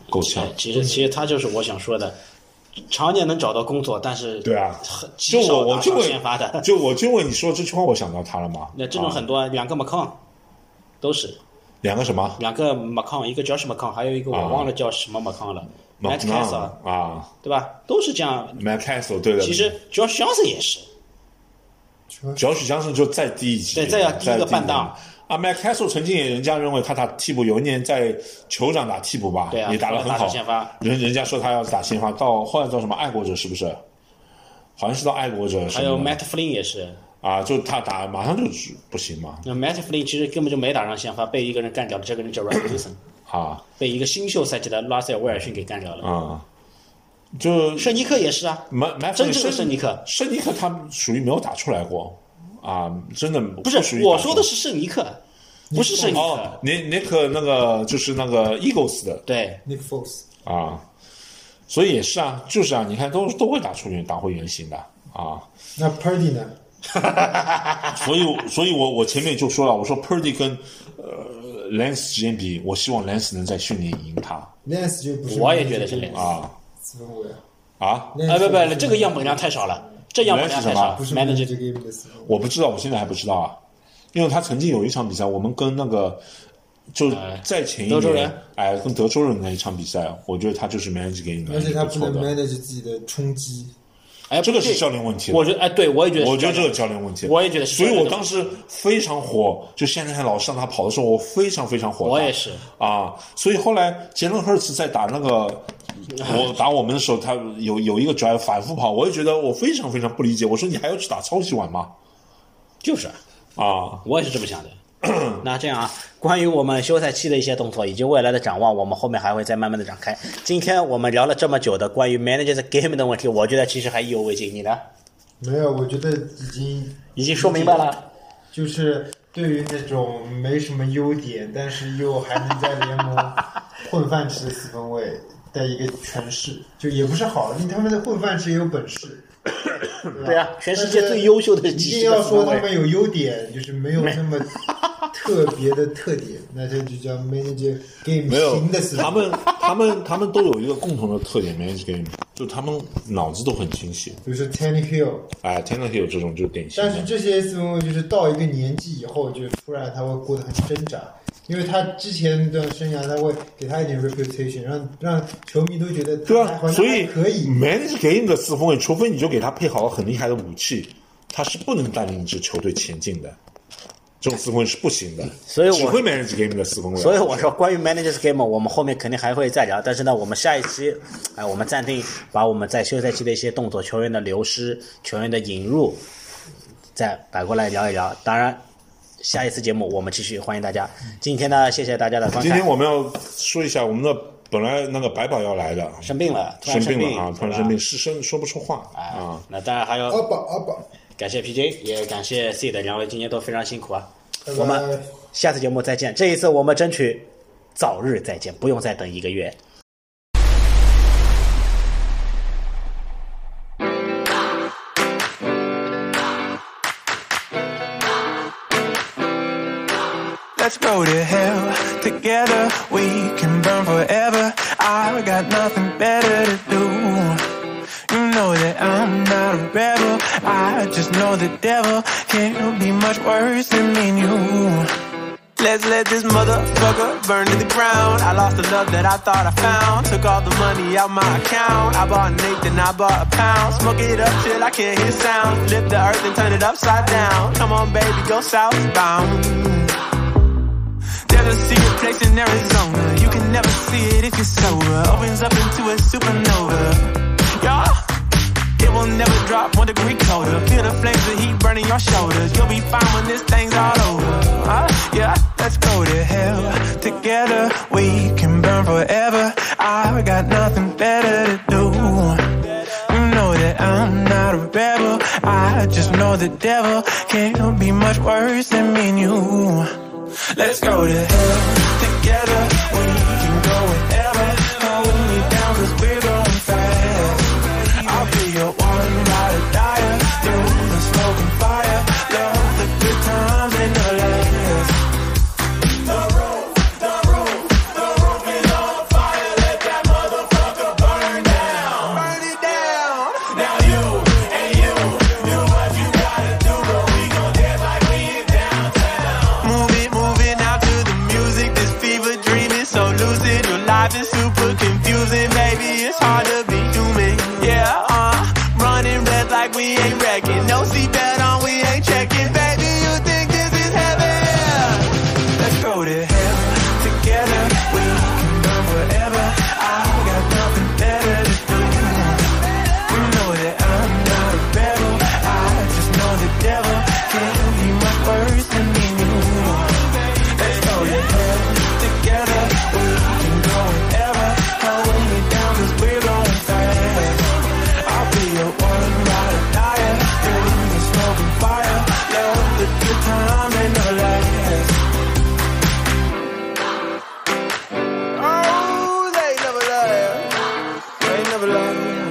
够呛哎。其实其实他就是我想说的，常年能找到工作，但是对啊很，就极我少我打就上问先发的。就我就问你说这句话，我想到他了吗？那这种啊很多啊，两个 McCon 都是两个什么两个 McCon，一个 Josh McCon，还有一个我啊忘了叫什么 McCon 了，Matt c a s l 啊对吧？都是这样。 m a c a s t l e 对的。其实 Josh Johnson 也是，主要许相信就在第一级，对再要第一个在半档。啊麦凯索曾经也人家认为他打替补，有一年在酋长打替补吧，对啊也打得很后来打好成先发。人人家说他要打先发，到后来到什么爱国者是不是？好像是到爱国者什么的，还有 Matt Flynn 也是。啊，就他打马上就不行嘛那 Matt Flynn 其实根本就没打上先发，被一个人干掉了。这个人叫 Ryan Wilson，啊被一个新秀赛季的拉塞尔威尔逊给干掉了。啊，就圣尼克也是啊，麦麦真正的圣尼克圣尼克他属于没有打出来过，啊，真的不不属是于我打说手的是圣尼克，不是圣尼哦克，，尼尼克那个就是那个 Eagles 的对 Nick Foles 啊，所以也是啊，就是啊，你看都都会打出原打回原形的啊，那 Purdy 呢？所以所以我我前面就说了，我说 Purdy 跟呃 Lance 之间比，我希望 Lance 能在训练赢他 Lance 就不是，我也觉得是 Lance 啊四分卫啊，啊，哎不不，这个样本量太少了，这样本量太少不不是 manager Manager Game 的四分卫我不知道，我现在还不知道啊，因为他曾经有一场比赛，我们跟那个就哎在前一德州年人，哎、跟德州人那一场比赛，我觉得他就是 manage 给你，而且他不不错能的， manage 自己的冲击，哎，这个是对教练问题了我觉得哎，对我也觉得是我觉得教这练个教练问题，我也觉得是所以教练我的当时非常火，就现在老是让他跑的时候，我非常非常火。我也是啊，所以后来杰伦赫茨在打那个 我打我们的时候，他有有一个 drive 反复跑，我也觉得我非常非常不理解，我说你还要去打超级碗吗？就是啊，啊，我也是这么想 的。那这样啊，关于我们休赛期的一些动作以及未来的展望，我们后面还会再慢慢的展开。今天我们聊了这么久的关于 managers game 的问题，我觉得其实还意犹未尽。你呢？没有，我觉得已经已经说明白了。就是对于那种没什么优点，但是又还能在联 盟混饭吃的四分卫的一个权势，就也不是好，因为他们的混饭吃也有本事。对对啊全世界最优秀的一几定十个要四分卫说他们有优点，就是没有那么特别的特点，那这就叫 manager game 没有型的四，分他卫们他们他们都有一个共同的特点，manage game，就他们脑子都很清晰。比如说 Tanny Hill，哎 t e n n e 有这种就是典型但是的，这些四分卫就是到一个年纪以后，就是突然他会过得很挣扎，因为他之前的生涯他会给他一点 reputation，让让球迷都觉得对他好啊，像所以还可以。 manage game 的四分卫，除非你就给他配好很厉害的武器，他是不能带领一支球队前进的。这种四分卫是不行的，所以我只会 manage game 的四分卫。啊所以我说，关于 managers game，我们后面肯定还会再聊。但是呢，我们下一期，哎、我们暂定把我们在休赛期的一些动作、球员的流失、球员的引入，再摆过来聊一聊。当然，下一次节目我们继续欢迎大家。今天呢，谢谢大家的观看。今天我们要说一下我们的本来那个白宝要来的，生病了，突然生病了啊，突然生对病，吧。是生说不出话啊啊，，那当然还阿要宝阿宝，感谢 PJ，也感谢 C 的两位，今天都非常辛苦啊。拜我拜们。下次节目再见。这一次我们争取早日再见，不用再等一个月。 Let's go to hell together. We can burn forever. I got nothing better to do. You know that I'm not a rebel. I just know the devil can't be much worse than me and you. Let's let this motherfucker burn to the ground. I lost the love that I thought I found. Took all the money out my account. I bought an eighth and I bought a pound. Smoke it up till I can't hear sound. Flip the earth and turn it upside down. Come on, baby, go southbound. Never see a place in Arizona. You can never see it if you're sober. Opens up into a supernova. Yeah. It will never drop one degree colder. Feel the flames of heat burning your shoulders. You'll be fine when this thing's all over. Huh? Yeah, let's go to hell. Together we can burn forever. I've got nothing better to do. You know that I'm not a rebel. I just know the devil can't be much worse than me and you. Let's go to hell together. We can go wherever. Hold me down cause we're going fast. I'll be your one ride or die through the smoke and fire. Love the good times and the last. Burn it down. Now you and you do what you gotta do, but we gon' dance like we in downtown. Move it, move it now to the music. This fever dream is so lucid. Your life is super confusing, baby. It's hard to be human. Yeah, uh, running red like we ain't wrecking. No seatbelt on, we ain't checking, baby. You think this is heaven? Yeah. Let's go to hell together. We can burn forever. I got nothing better to do. You know that I'm not a rebel. I just know the devil can't be much worse than me and you. Let's go to hell together. We can go wherever. Hold me down cause we're going fast. I'll be your one ride or die. Through the smoke Oh, love.